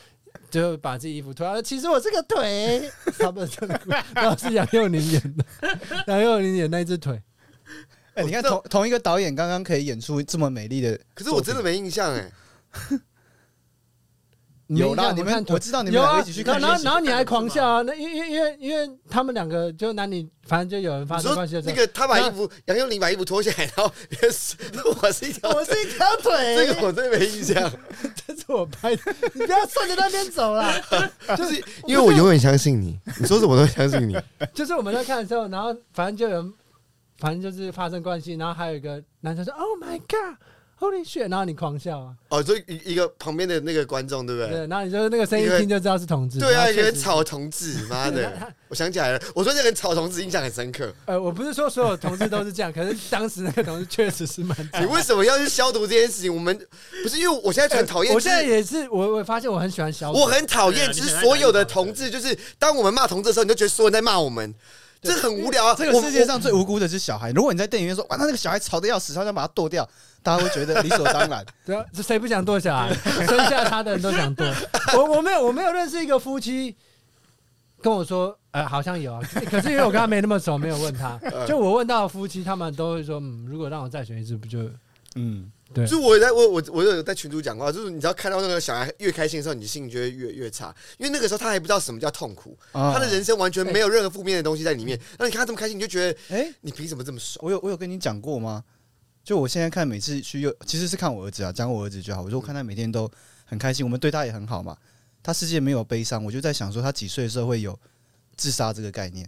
[SPEAKER 1] 就把自己衣服脱，了，其实我是个腿，差不多这个故事，然后是杨佑宁演的，杨佑宁演那一只腿，
[SPEAKER 3] 哎，你看同同一个导演刚刚可以演出这么美丽的，
[SPEAKER 4] 可是我真的没印象哎、
[SPEAKER 1] 你
[SPEAKER 3] 有啦，
[SPEAKER 1] 看
[SPEAKER 3] 你
[SPEAKER 1] 我看
[SPEAKER 3] 们
[SPEAKER 1] 腿
[SPEAKER 3] 我知道你们
[SPEAKER 1] 有
[SPEAKER 3] 两
[SPEAKER 1] 啊
[SPEAKER 3] 个一起去，看
[SPEAKER 1] 然后然后
[SPEAKER 3] 练习
[SPEAKER 1] 然后你还狂笑啊？那因为因为因为因为他们两个就男女，反正就有人发
[SPEAKER 4] 你
[SPEAKER 1] 生
[SPEAKER 4] 说
[SPEAKER 1] 啊关系的时
[SPEAKER 4] 那
[SPEAKER 1] 候，
[SPEAKER 4] 个他把衣服，杨佑宁把衣服脱下来，然后 <laughs> 我是一条，
[SPEAKER 1] <laughs> 我是一条
[SPEAKER 4] 这
[SPEAKER 1] 腿，
[SPEAKER 4] 个我真的没印象，
[SPEAKER 1] 这是我拍的，你不要顺着那边走啦。
[SPEAKER 4] 就是因为我永远相信你，你说什么都相信你。
[SPEAKER 1] <laughs> 就是我们在看的时候，然后反正就有人，反正就是发生关系，然后还有一个男生说 “Oh my God”。Holy shit！然后你狂笑啊，
[SPEAKER 4] 哦，所以一个旁边的那个观众，对不对？
[SPEAKER 1] 对，然后你就是那个声音
[SPEAKER 4] 一个
[SPEAKER 1] 听就知道是同志。
[SPEAKER 4] 对
[SPEAKER 1] 然
[SPEAKER 4] 啊，
[SPEAKER 1] 后
[SPEAKER 4] 一个
[SPEAKER 1] 确
[SPEAKER 4] 人
[SPEAKER 1] 实，
[SPEAKER 4] 草
[SPEAKER 1] <laughs>
[SPEAKER 4] 同志，妈的，我想起来了，我说那个人草同志印象很深刻。
[SPEAKER 1] 呃，我不是说所有同志都是这样，可是当时那个同志确实是蛮这样。
[SPEAKER 4] 你为什么要去消毒这件事情？我们不是因为我现在很讨
[SPEAKER 1] <laughs>
[SPEAKER 4] 厌，
[SPEAKER 1] 我
[SPEAKER 4] 就是
[SPEAKER 1] 现在也是，我我发现我很喜欢小
[SPEAKER 4] 我
[SPEAKER 1] 鬼，
[SPEAKER 4] 很讨厌，
[SPEAKER 2] 对啊
[SPEAKER 4] 之
[SPEAKER 2] 你很爱
[SPEAKER 4] 所有的同志，
[SPEAKER 1] 啊
[SPEAKER 4] 就是当我们骂同志的时候，你就觉得所有人在骂我们，这很无聊啊。
[SPEAKER 3] 这个
[SPEAKER 4] 我
[SPEAKER 3] 世界上最无辜的是小孩。如果你在电影院说哇，他那个小孩吵得要死，他想把他剁掉，大家会觉得理所
[SPEAKER 1] <laughs>
[SPEAKER 3] 当然。
[SPEAKER 1] 对啊，谁不想剁小孩？生下他的人都想
[SPEAKER 3] <laughs>
[SPEAKER 1] 剁。我我没有我没有认识一个夫妻跟我说，呃，好像有啊，可是因为我跟他没那么熟，没有问
[SPEAKER 3] <laughs>
[SPEAKER 1] 他。
[SPEAKER 3] 呃
[SPEAKER 1] 就我问到的夫妻，他们都会说，嗯，如果让我再选一次，不就
[SPEAKER 3] 嗯，
[SPEAKER 1] 对？
[SPEAKER 4] 就我在我我我有在群主讲话，啊就是你知道看到那个小孩越开心的时候，你心情就会越越差，因为那个时候他还不知道什么叫痛苦，
[SPEAKER 3] 他
[SPEAKER 1] 啊
[SPEAKER 4] 他的人生完全没有任何负面的东西在里面。那你看他这么开心，你就觉得
[SPEAKER 3] 哎，
[SPEAKER 4] 你凭什么这么爽？
[SPEAKER 3] 我有我有跟你讲过吗？就我现在看每次去幼，其实是看我儿子啊，讲我儿子就好。我说我看他每天都很开心，我们对他也很好嘛。他世界没有悲伤，我就在想说他几岁的时候会有自杀这个概念，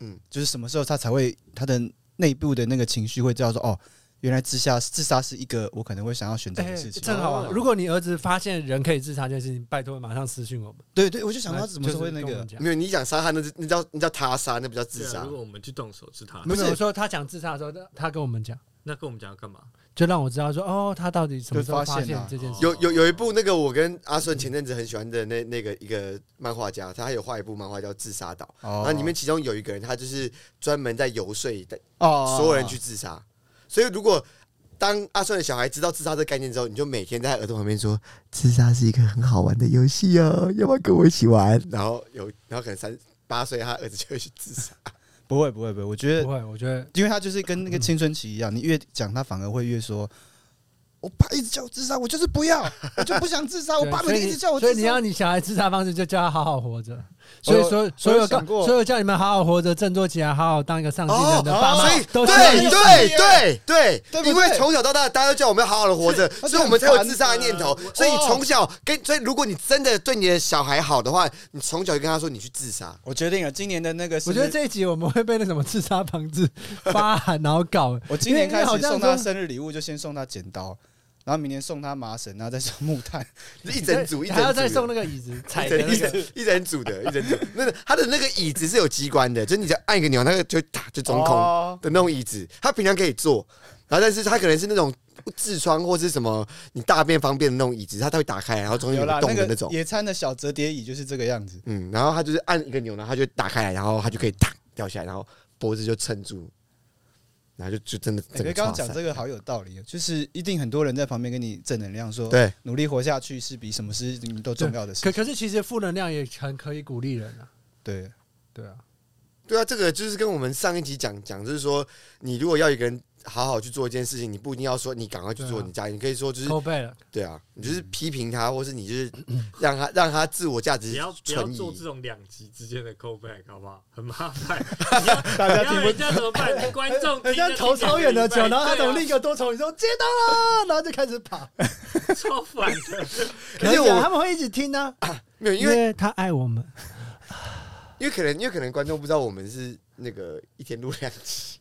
[SPEAKER 3] 嗯
[SPEAKER 4] 嗯，
[SPEAKER 3] 就是什么时候他才会他的内部的那个情绪会知道说哦，原来自杀自杀是一个我可能会想要选择
[SPEAKER 1] 哎、
[SPEAKER 3] 的事情。哦
[SPEAKER 1] 正好啊！如果你儿子发现人可以自杀这件事情，拜托马上私讯我们。
[SPEAKER 3] 对对，我就想到怎么时候会那
[SPEAKER 1] 就是跟我
[SPEAKER 3] 个
[SPEAKER 1] 们，讲
[SPEAKER 4] 没有，你讲杀他那是那叫那叫他杀，那不叫自
[SPEAKER 2] 对啊
[SPEAKER 4] 杀
[SPEAKER 2] 如。果我们去动手是他，
[SPEAKER 1] 不
[SPEAKER 3] 没不
[SPEAKER 1] 是
[SPEAKER 3] 是
[SPEAKER 1] 我说他讲自杀的时候，他他跟我们讲，
[SPEAKER 2] 那跟我们讲要干嘛？
[SPEAKER 1] 就让我知道说哦，他到底什么时候
[SPEAKER 3] 就发
[SPEAKER 1] 发
[SPEAKER 3] 现
[SPEAKER 1] 现
[SPEAKER 3] 啊
[SPEAKER 1] 这件事。
[SPEAKER 2] 哦
[SPEAKER 4] 有有有一部那个我跟阿顺前阵子很喜欢的那那个一个漫画家，他还有画一部漫画叫《自杀岛》，
[SPEAKER 3] 哦
[SPEAKER 4] 然后里面其中有一个人，他就是专门在游说
[SPEAKER 3] 哦
[SPEAKER 4] 所有人去自杀。所以如果当阿顺的小孩知道自杀这个概念之后，你就每天在他耳朵旁边说：“自杀是一个很好玩的游戏哦，要不要跟我一起玩？”然后有，然后可能三八岁，他儿子就会去自杀。
[SPEAKER 3] 不会不会不会，我觉得
[SPEAKER 1] 不会，我觉得
[SPEAKER 3] 因为他就是跟那个青春期一样，你越讲他反而会越说，我爸一直叫我自杀，我就是不 <laughs> 要，我就不想自杀，啊我
[SPEAKER 1] 对
[SPEAKER 3] 爸
[SPEAKER 1] 所
[SPEAKER 3] 每
[SPEAKER 1] 以
[SPEAKER 3] 天一直叫我
[SPEAKER 1] 所
[SPEAKER 3] 自
[SPEAKER 1] 以你
[SPEAKER 3] 杀
[SPEAKER 1] 要。你小孩自杀方式，就叫他好好活着。所以
[SPEAKER 3] 我
[SPEAKER 1] 所有
[SPEAKER 3] 我
[SPEAKER 1] 所
[SPEAKER 3] 有
[SPEAKER 1] 有
[SPEAKER 3] 想过
[SPEAKER 1] 所有叫你们好好活着，振作起来，好好当一个上进
[SPEAKER 4] 哦
[SPEAKER 1] 人的爸妈
[SPEAKER 4] 所以，
[SPEAKER 1] 都是
[SPEAKER 4] 对
[SPEAKER 1] 你
[SPEAKER 4] 对对对
[SPEAKER 3] 对不对
[SPEAKER 4] 因为从小到大，大家都叫我们要好好的活着，
[SPEAKER 3] 他
[SPEAKER 4] 所
[SPEAKER 3] 就
[SPEAKER 4] 以我
[SPEAKER 3] 很
[SPEAKER 4] 们才有
[SPEAKER 3] 烦
[SPEAKER 4] 自杀的念头。
[SPEAKER 1] 啊
[SPEAKER 4] 所以你从小跟，所以如果你真的对你的小孩好的话，你从小就跟他说你去自杀。
[SPEAKER 3] 我决定了，今年的那个生
[SPEAKER 1] 我
[SPEAKER 3] 日，
[SPEAKER 1] 觉得这一集我们会被那什么自杀防治发函，然后搞。
[SPEAKER 3] 我今年
[SPEAKER 1] 因为因为
[SPEAKER 3] 开
[SPEAKER 1] 好
[SPEAKER 3] 始
[SPEAKER 1] 像
[SPEAKER 3] 送他
[SPEAKER 1] 说
[SPEAKER 3] 生日礼物，就先送他剪刀，然后明年送他麻绳，然后再送木炭。
[SPEAKER 4] 一整组一整
[SPEAKER 1] 还
[SPEAKER 4] 组
[SPEAKER 1] 要
[SPEAKER 4] 的，
[SPEAKER 1] 再送那个椅子踩
[SPEAKER 4] 一
[SPEAKER 1] 的
[SPEAKER 4] 整
[SPEAKER 1] 那
[SPEAKER 4] 一
[SPEAKER 1] 个。
[SPEAKER 4] 整一整组的，一整组。那个他的那个椅子是有机关的，就是你只要按一个钮，那个就打就中空
[SPEAKER 3] 哦
[SPEAKER 4] 的那种椅子。他平常可以坐，然后但是他可能是那种痔疮或是什么你大便方便的那种椅子，它它会打开，然后中
[SPEAKER 3] 有
[SPEAKER 4] 间有
[SPEAKER 3] 啦
[SPEAKER 4] 个，
[SPEAKER 3] 那
[SPEAKER 4] 洞的那
[SPEAKER 3] 个
[SPEAKER 4] 种。
[SPEAKER 3] 野餐的小折叠椅就是这个样子。
[SPEAKER 4] 嗯，然后他就是按一个钮，然后他就打开来，然后他就可以啪掉下来，然后脖子就撑住，然后就就真的
[SPEAKER 3] 我
[SPEAKER 4] 整
[SPEAKER 3] 觉得
[SPEAKER 4] 个垮
[SPEAKER 3] 哎刚刚
[SPEAKER 4] 散。
[SPEAKER 3] 讲这个好有道理哦，就是一定很多人在旁边跟你正能量说，
[SPEAKER 4] 对，
[SPEAKER 3] 努力活下去是比什么事情都重要的
[SPEAKER 1] 可
[SPEAKER 3] 事。
[SPEAKER 1] 可是其实负能量也很可以鼓励人啊。
[SPEAKER 3] 对，
[SPEAKER 1] 对啊，
[SPEAKER 4] 对啊，这个就是跟我们上一集讲讲，就是说你如果要一个人好好去做一件事情，你不一定要说你赶快去做
[SPEAKER 1] 对啊
[SPEAKER 4] 你家，你可以说就是
[SPEAKER 1] 扣背了。
[SPEAKER 4] 对啊，你就是批评他，或是你就是让他让他自我价值
[SPEAKER 2] 不要不要
[SPEAKER 4] 存疑。
[SPEAKER 2] 做这种两极之间的 callback 好不好？很麻烦，
[SPEAKER 1] <laughs>
[SPEAKER 3] 大
[SPEAKER 2] 你要人家怎么办？观众
[SPEAKER 1] 人家投超哎远的球，然后他从另一
[SPEAKER 2] 力
[SPEAKER 1] 个多重宇宙接到了，然后就开始跑。
[SPEAKER 2] 超烦的。
[SPEAKER 4] 可是
[SPEAKER 1] 以啊
[SPEAKER 4] 我
[SPEAKER 1] 他们会一直听呢，
[SPEAKER 3] 啊
[SPEAKER 4] 没有，因
[SPEAKER 1] 因
[SPEAKER 4] 为
[SPEAKER 1] 为他爱我们。
[SPEAKER 4] 因为可能因为可能观众不知道我们是那个一天录两集，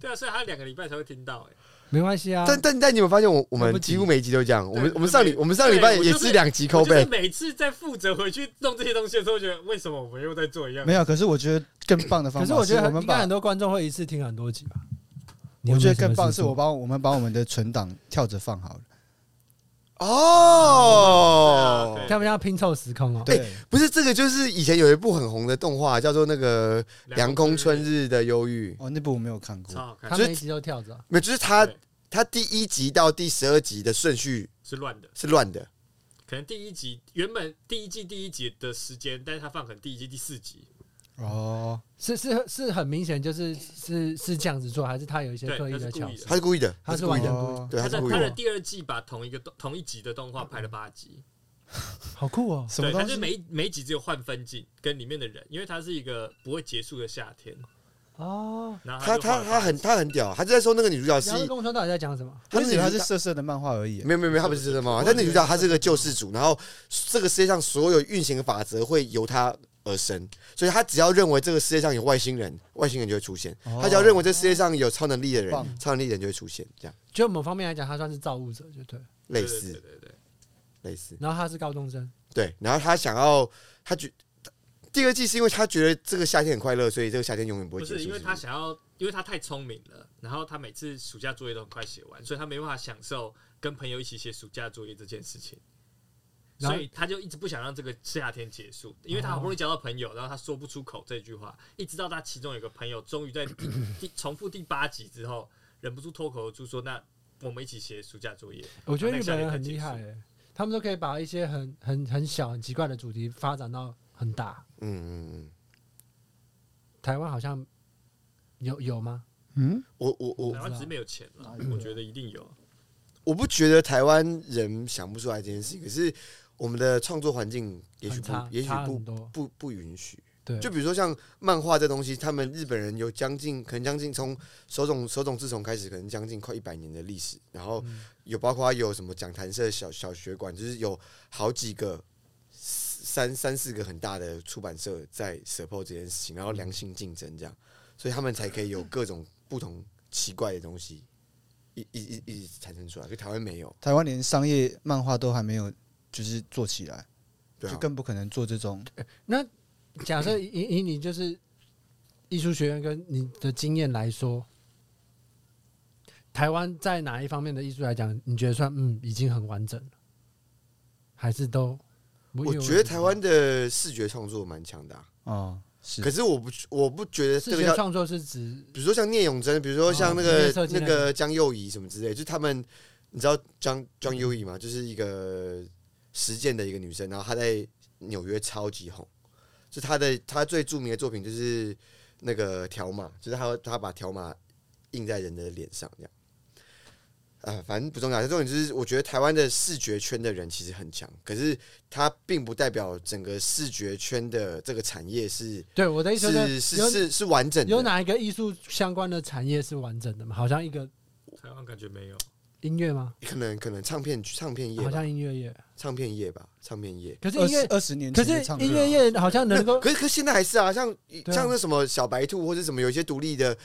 [SPEAKER 2] 对啊，所以他两个礼拜才会
[SPEAKER 1] <laughs>
[SPEAKER 2] 听到。哎，
[SPEAKER 1] 没关系啊，
[SPEAKER 4] 但但但你有没有发现我我
[SPEAKER 1] 来不
[SPEAKER 4] 们
[SPEAKER 1] 及
[SPEAKER 4] 几乎每一集都这样，我们
[SPEAKER 2] 对
[SPEAKER 4] 我们上礼
[SPEAKER 2] 对
[SPEAKER 4] 我们上礼拜
[SPEAKER 2] 对我
[SPEAKER 4] 也
[SPEAKER 2] 就是
[SPEAKER 4] 是两集
[SPEAKER 2] 我
[SPEAKER 4] 扣
[SPEAKER 2] 就是
[SPEAKER 4] 背，
[SPEAKER 2] 每次在负责回去弄这些东西的时候，觉得为什么我们又在做一样
[SPEAKER 1] 嗯
[SPEAKER 3] 没？有，可是我觉得更棒的方
[SPEAKER 1] 可
[SPEAKER 3] 法
[SPEAKER 1] 是我觉得应
[SPEAKER 3] 们
[SPEAKER 1] 该
[SPEAKER 3] 把
[SPEAKER 1] 很多观众会一次听很多集吧。你有
[SPEAKER 3] 我
[SPEAKER 1] 没
[SPEAKER 3] 觉
[SPEAKER 1] 有
[SPEAKER 3] 得
[SPEAKER 1] 什
[SPEAKER 3] 更
[SPEAKER 1] 么
[SPEAKER 3] 棒
[SPEAKER 1] 事
[SPEAKER 3] 是
[SPEAKER 1] 做
[SPEAKER 3] 我把我们把我们的存档跳着放好了，
[SPEAKER 4] 哦
[SPEAKER 2] 对啊，对
[SPEAKER 1] 他们要拼凑时空哦。
[SPEAKER 3] 对，
[SPEAKER 4] 不是这个，就是以前有一部很红的动画，叫做那个《凉宫春日的忧郁》，
[SPEAKER 3] 哦，那部我没有看
[SPEAKER 2] 超
[SPEAKER 3] 过，
[SPEAKER 2] 好看
[SPEAKER 1] 他，们一直都跳着，
[SPEAKER 4] 没有，就是它
[SPEAKER 2] 对
[SPEAKER 4] 它第一集到第十二集的顺序
[SPEAKER 2] 是乱的。
[SPEAKER 4] 是乱的，
[SPEAKER 2] 可能第一集原本第一季第一集的时间，但是他放可能第一季第四集，
[SPEAKER 3] 哦，
[SPEAKER 1] 是是是很明显，就是是是这样子做，还是他有一些
[SPEAKER 2] 对，
[SPEAKER 1] 刻意
[SPEAKER 2] 他
[SPEAKER 1] 的
[SPEAKER 2] 是
[SPEAKER 1] 巧
[SPEAKER 2] 故意
[SPEAKER 1] 思？
[SPEAKER 4] 他
[SPEAKER 2] 的。
[SPEAKER 4] 是故意的，
[SPEAKER 1] 他是
[SPEAKER 4] 故意
[SPEAKER 1] 完全
[SPEAKER 4] 的，
[SPEAKER 1] 故意，
[SPEAKER 3] 哦，
[SPEAKER 4] 对，
[SPEAKER 2] 他
[SPEAKER 4] 他是
[SPEAKER 2] 在
[SPEAKER 4] 故意
[SPEAKER 2] 他
[SPEAKER 4] 的。
[SPEAKER 2] 的第二季把同一个动同一集的动画拍了八集，
[SPEAKER 1] 好酷哦！
[SPEAKER 3] 什么
[SPEAKER 2] 对，他
[SPEAKER 3] 东
[SPEAKER 2] 就
[SPEAKER 3] 西？
[SPEAKER 2] 每一每一集只有换分镜跟里面的人，因为它是一个不会结束的夏天。
[SPEAKER 1] 哦，
[SPEAKER 2] 然后
[SPEAKER 4] 他
[SPEAKER 2] 就画
[SPEAKER 4] 他
[SPEAKER 2] 了
[SPEAKER 4] 他
[SPEAKER 2] 八
[SPEAKER 4] 很
[SPEAKER 2] 集
[SPEAKER 4] 他很屌，他就在说那个女主角是
[SPEAKER 1] 然后共生到底在讲什么？
[SPEAKER 3] 我
[SPEAKER 4] 他
[SPEAKER 3] 以
[SPEAKER 4] 是
[SPEAKER 3] 为
[SPEAKER 4] 女
[SPEAKER 3] 他
[SPEAKER 4] 主
[SPEAKER 3] 是
[SPEAKER 4] 角，
[SPEAKER 3] 色色的漫画而已，
[SPEAKER 4] 没有没有没有，他不是真的吗？但那女主角她是个救世主，然后这个世界上所有运行的法则会由她而生，所以她只要认为这个世界上有外星人，外星人就会出现；
[SPEAKER 3] 哦
[SPEAKER 4] 她只要认为这世界上有超能力的人
[SPEAKER 3] 棒，
[SPEAKER 4] 超能力的人就会出现，这样
[SPEAKER 1] 就某方面来讲，他算是造物者，就对。
[SPEAKER 4] 类
[SPEAKER 2] 对
[SPEAKER 4] 似
[SPEAKER 2] 对对对对
[SPEAKER 4] 类似。
[SPEAKER 1] 然后他是高中生，
[SPEAKER 4] 对，然后他想要，他觉第二季是因为他觉得这个夏天很快乐，所以这个夏天永远不会
[SPEAKER 2] 不
[SPEAKER 4] 结束。
[SPEAKER 2] 是因为
[SPEAKER 4] 不
[SPEAKER 2] 他想要，因为他太聪明了，然后他每次暑假作业都很快写完，所以他没办法享受跟朋友一起写暑假作业这件事情。
[SPEAKER 1] 然后
[SPEAKER 2] 所以他就一直不想让这个夏天结束，因为他好不容易交到朋友，然后他说不出口这句话，一直到他其中有个朋友终于在第 <coughs> 第重复第八集之后，忍不住脱口而出说：“那我们一起写暑假作业。
[SPEAKER 1] 我
[SPEAKER 4] 啊
[SPEAKER 1] 觉得日本人很厉害、欸，他们都可以把一些很很很小很奇怪的主题发展到很大。
[SPEAKER 4] 嗯嗯嗯，
[SPEAKER 1] 台湾好像有有吗？
[SPEAKER 3] 嗯，
[SPEAKER 4] 我我”我
[SPEAKER 2] 台湾只是没有钱了，我觉得一定有。
[SPEAKER 4] 我不觉得台湾人想不出来这件事，可是我们的创作环境也许
[SPEAKER 1] 很
[SPEAKER 4] 不
[SPEAKER 1] 差，
[SPEAKER 4] 也许
[SPEAKER 1] 差
[SPEAKER 4] 不
[SPEAKER 1] 很多。
[SPEAKER 4] 不不允许。
[SPEAKER 1] 对，
[SPEAKER 4] 就比如说像漫画这东西，他们日本人有将近可能将近从手冢手冢治虫开始，可能将近快一百年的历史，然后
[SPEAKER 1] 嗯
[SPEAKER 4] 有包括有什么讲坛社小小学馆，就是有好几个三三四个很大的出版社在 support 这件事情，然后良性竞争这样，所以他们才可以有各种不同奇怪的东西一一一一直产生出来。可台湾没有，
[SPEAKER 3] 台湾连商业漫画都还没有，就是做起来，
[SPEAKER 4] 对
[SPEAKER 3] 就
[SPEAKER 4] 啊，
[SPEAKER 3] 更不可能做这种
[SPEAKER 1] 那假设以以以你就是艺术学院跟你的经验来说，台湾在哪一方面的艺术来讲，你觉得算嗯已经很完整了，还是都？
[SPEAKER 4] 我觉得台湾的视觉创作蛮强的啊、
[SPEAKER 3] 哦，是
[SPEAKER 4] 可是我不我不觉得
[SPEAKER 1] 视
[SPEAKER 4] 这个
[SPEAKER 1] 觉
[SPEAKER 4] 叫
[SPEAKER 1] 创作是指
[SPEAKER 4] 比如说像聂永贞，比如说像
[SPEAKER 1] 哦
[SPEAKER 4] 那
[SPEAKER 1] 平
[SPEAKER 4] 个、
[SPEAKER 1] 面设计
[SPEAKER 4] 那
[SPEAKER 1] 那个
[SPEAKER 4] 个江幼仪什么之类，就是他们，你知道江江幼仪吗？就是一个实践的一个女生，然后她在纽约超级红，就她的她最著名的作品就是那个条码，就是她她把条码印在人的脸上这样。啊，反正不重要。重点就是，我觉得台湾的视觉圈的人其实很强，可是它并不代表整个视觉圈的这个产业是
[SPEAKER 1] 对我的意思是
[SPEAKER 4] 是是
[SPEAKER 1] 有
[SPEAKER 4] 是是完整的。
[SPEAKER 1] 有哪一个艺术相关的产业是完整的吗？好像一个
[SPEAKER 2] 台湾感觉没有，
[SPEAKER 1] 音乐吗？
[SPEAKER 4] 可能可能唱片唱片业
[SPEAKER 1] 好
[SPEAKER 4] 吧，
[SPEAKER 1] 像音乐业，
[SPEAKER 4] 唱片业吧，唱片业。
[SPEAKER 1] 可是
[SPEAKER 3] 二
[SPEAKER 1] 音
[SPEAKER 3] 十
[SPEAKER 1] 乐，
[SPEAKER 3] 二十年
[SPEAKER 1] 可
[SPEAKER 3] 前的
[SPEAKER 1] 是
[SPEAKER 3] 唱
[SPEAKER 4] 啊
[SPEAKER 3] 啊
[SPEAKER 1] 音
[SPEAKER 3] 片
[SPEAKER 1] 乐业好像能够
[SPEAKER 4] 可是可是现在还是啊，像
[SPEAKER 1] 啊
[SPEAKER 4] 像那什么小白兔，或者什么有一些独立的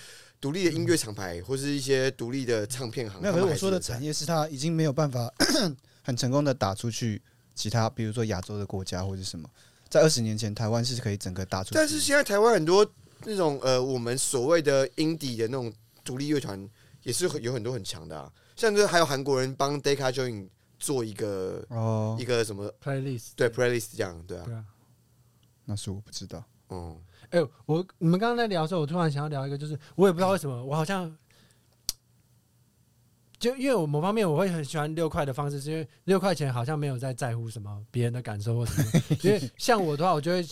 [SPEAKER 4] 独立的音乐厂牌，或是一些独立的唱片行。
[SPEAKER 3] 没有，可是
[SPEAKER 4] 啊他们
[SPEAKER 3] 我
[SPEAKER 4] 还
[SPEAKER 3] 说的
[SPEAKER 4] 有在
[SPEAKER 3] 产业是它已经没有办法 <coughs> 很成功的打出去其他，比如说亚洲的国家或者什么，在二十年前台湾是可以整个打出去，
[SPEAKER 4] 但是现在台湾很多那种呃，我们所谓的 indie 的那种独立乐团，也是有很多很强的啊。像这还有韩国人帮 Decca Join 做一个
[SPEAKER 3] 哦
[SPEAKER 4] 一，个什么
[SPEAKER 1] playlist
[SPEAKER 4] 对 playlist 这样，对啊
[SPEAKER 1] 对，啊。
[SPEAKER 3] 那是我不知道，
[SPEAKER 4] 嗯，
[SPEAKER 1] 哎、我你们刚刚在聊的时候，我突然想要聊一个，就是我也不知道为什么，我好像就因为我某方面我会很喜欢六块的方式，是因为六块钱好像没有在在乎什么别人的感受或什么。因为像我的话，我就会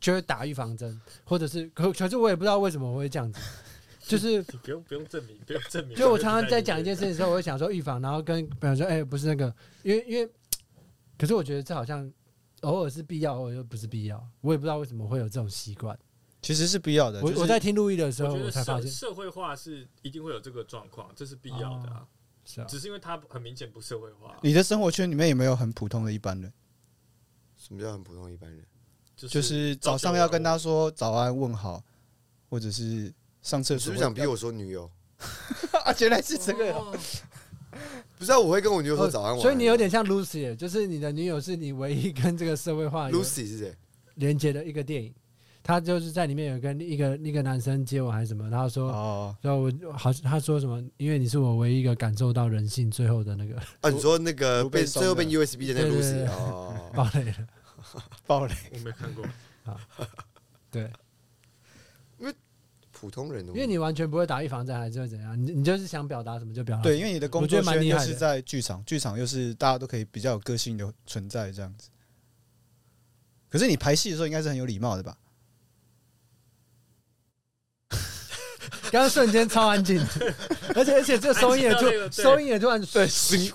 [SPEAKER 1] 就会打预防针，或者是可可是我也不知道为什么我会这样子，
[SPEAKER 2] <laughs>
[SPEAKER 1] 就是
[SPEAKER 2] 你 <laughs> 不用不用证明，不用证明。
[SPEAKER 1] 就我常常在讲一件事情的时候，我会想说预防，然后跟朋友说，哎、不是那个，因为因为，可是我觉得这好像偶尔是必要，偶尔又不是必要，我也不知道为什么会有这种习惯。
[SPEAKER 3] 其实是必要的。
[SPEAKER 1] 我
[SPEAKER 3] 就是
[SPEAKER 1] 我在听录音的时候，
[SPEAKER 2] 我
[SPEAKER 1] 我
[SPEAKER 2] 觉得啊
[SPEAKER 1] 才发
[SPEAKER 2] 社
[SPEAKER 1] 现
[SPEAKER 2] 社会化是一定会有这个状况，这是必要的啊。
[SPEAKER 1] 是啊，
[SPEAKER 2] 只是因为它很明显不社会化，
[SPEAKER 3] 你的生活圈里面有没有很普通的一般人？
[SPEAKER 4] 什么叫很普通一般人？
[SPEAKER 2] 就
[SPEAKER 3] 就是早上要跟他说早安问好，或者是上厕
[SPEAKER 4] 你是
[SPEAKER 3] 所会。
[SPEAKER 4] 不是想逼我说女友？
[SPEAKER 3] 啊？原来是这
[SPEAKER 4] <laughs>
[SPEAKER 3] 个啊。
[SPEAKER 2] 哦
[SPEAKER 4] 不是啊，我会跟我女友说早安晚安啊。
[SPEAKER 1] 所以你有点像 Lucy，就是你的女友是你唯一跟这个社会化有
[SPEAKER 4] Lucy 是谁？
[SPEAKER 1] 连接的一个电影，他就是在里面有跟一个一个男生接吻还是什么，然后说，
[SPEAKER 3] 哦，
[SPEAKER 1] 然后我好像他说什么，因为你是我唯一一个感受到人性最后的那个
[SPEAKER 4] 啊，你说那个
[SPEAKER 3] 卢
[SPEAKER 4] 被
[SPEAKER 3] 贝松
[SPEAKER 4] 最后
[SPEAKER 3] 的
[SPEAKER 4] 被 USB 的那个
[SPEAKER 1] 对对啊对
[SPEAKER 4] Lucy
[SPEAKER 1] 对 <laughs>
[SPEAKER 4] 哦，
[SPEAKER 1] 堡垒
[SPEAKER 3] <laughs>
[SPEAKER 1] 了。
[SPEAKER 3] 爆雷，
[SPEAKER 1] 啊
[SPEAKER 2] 我没有看过，
[SPEAKER 1] 对，
[SPEAKER 4] 普通人的
[SPEAKER 1] 因为你完全不会打预防针，还是会怎样？你你就是想表达什么就表达。
[SPEAKER 3] 对，，因为你的工
[SPEAKER 1] 我觉
[SPEAKER 3] 作
[SPEAKER 1] 得蛮
[SPEAKER 3] 圈
[SPEAKER 1] 厉
[SPEAKER 3] 又
[SPEAKER 1] 害
[SPEAKER 3] 是
[SPEAKER 1] 的
[SPEAKER 3] 在剧场，剧场又是大家都可以比较有个性的存在这样子。可是你排戏的时候应该是很有礼貌的吧？
[SPEAKER 1] 刚刚瞬间超安静，
[SPEAKER 3] <laughs>
[SPEAKER 1] 而且而且这收音也突
[SPEAKER 2] 安静到那个对
[SPEAKER 1] 收音也突然
[SPEAKER 3] 对，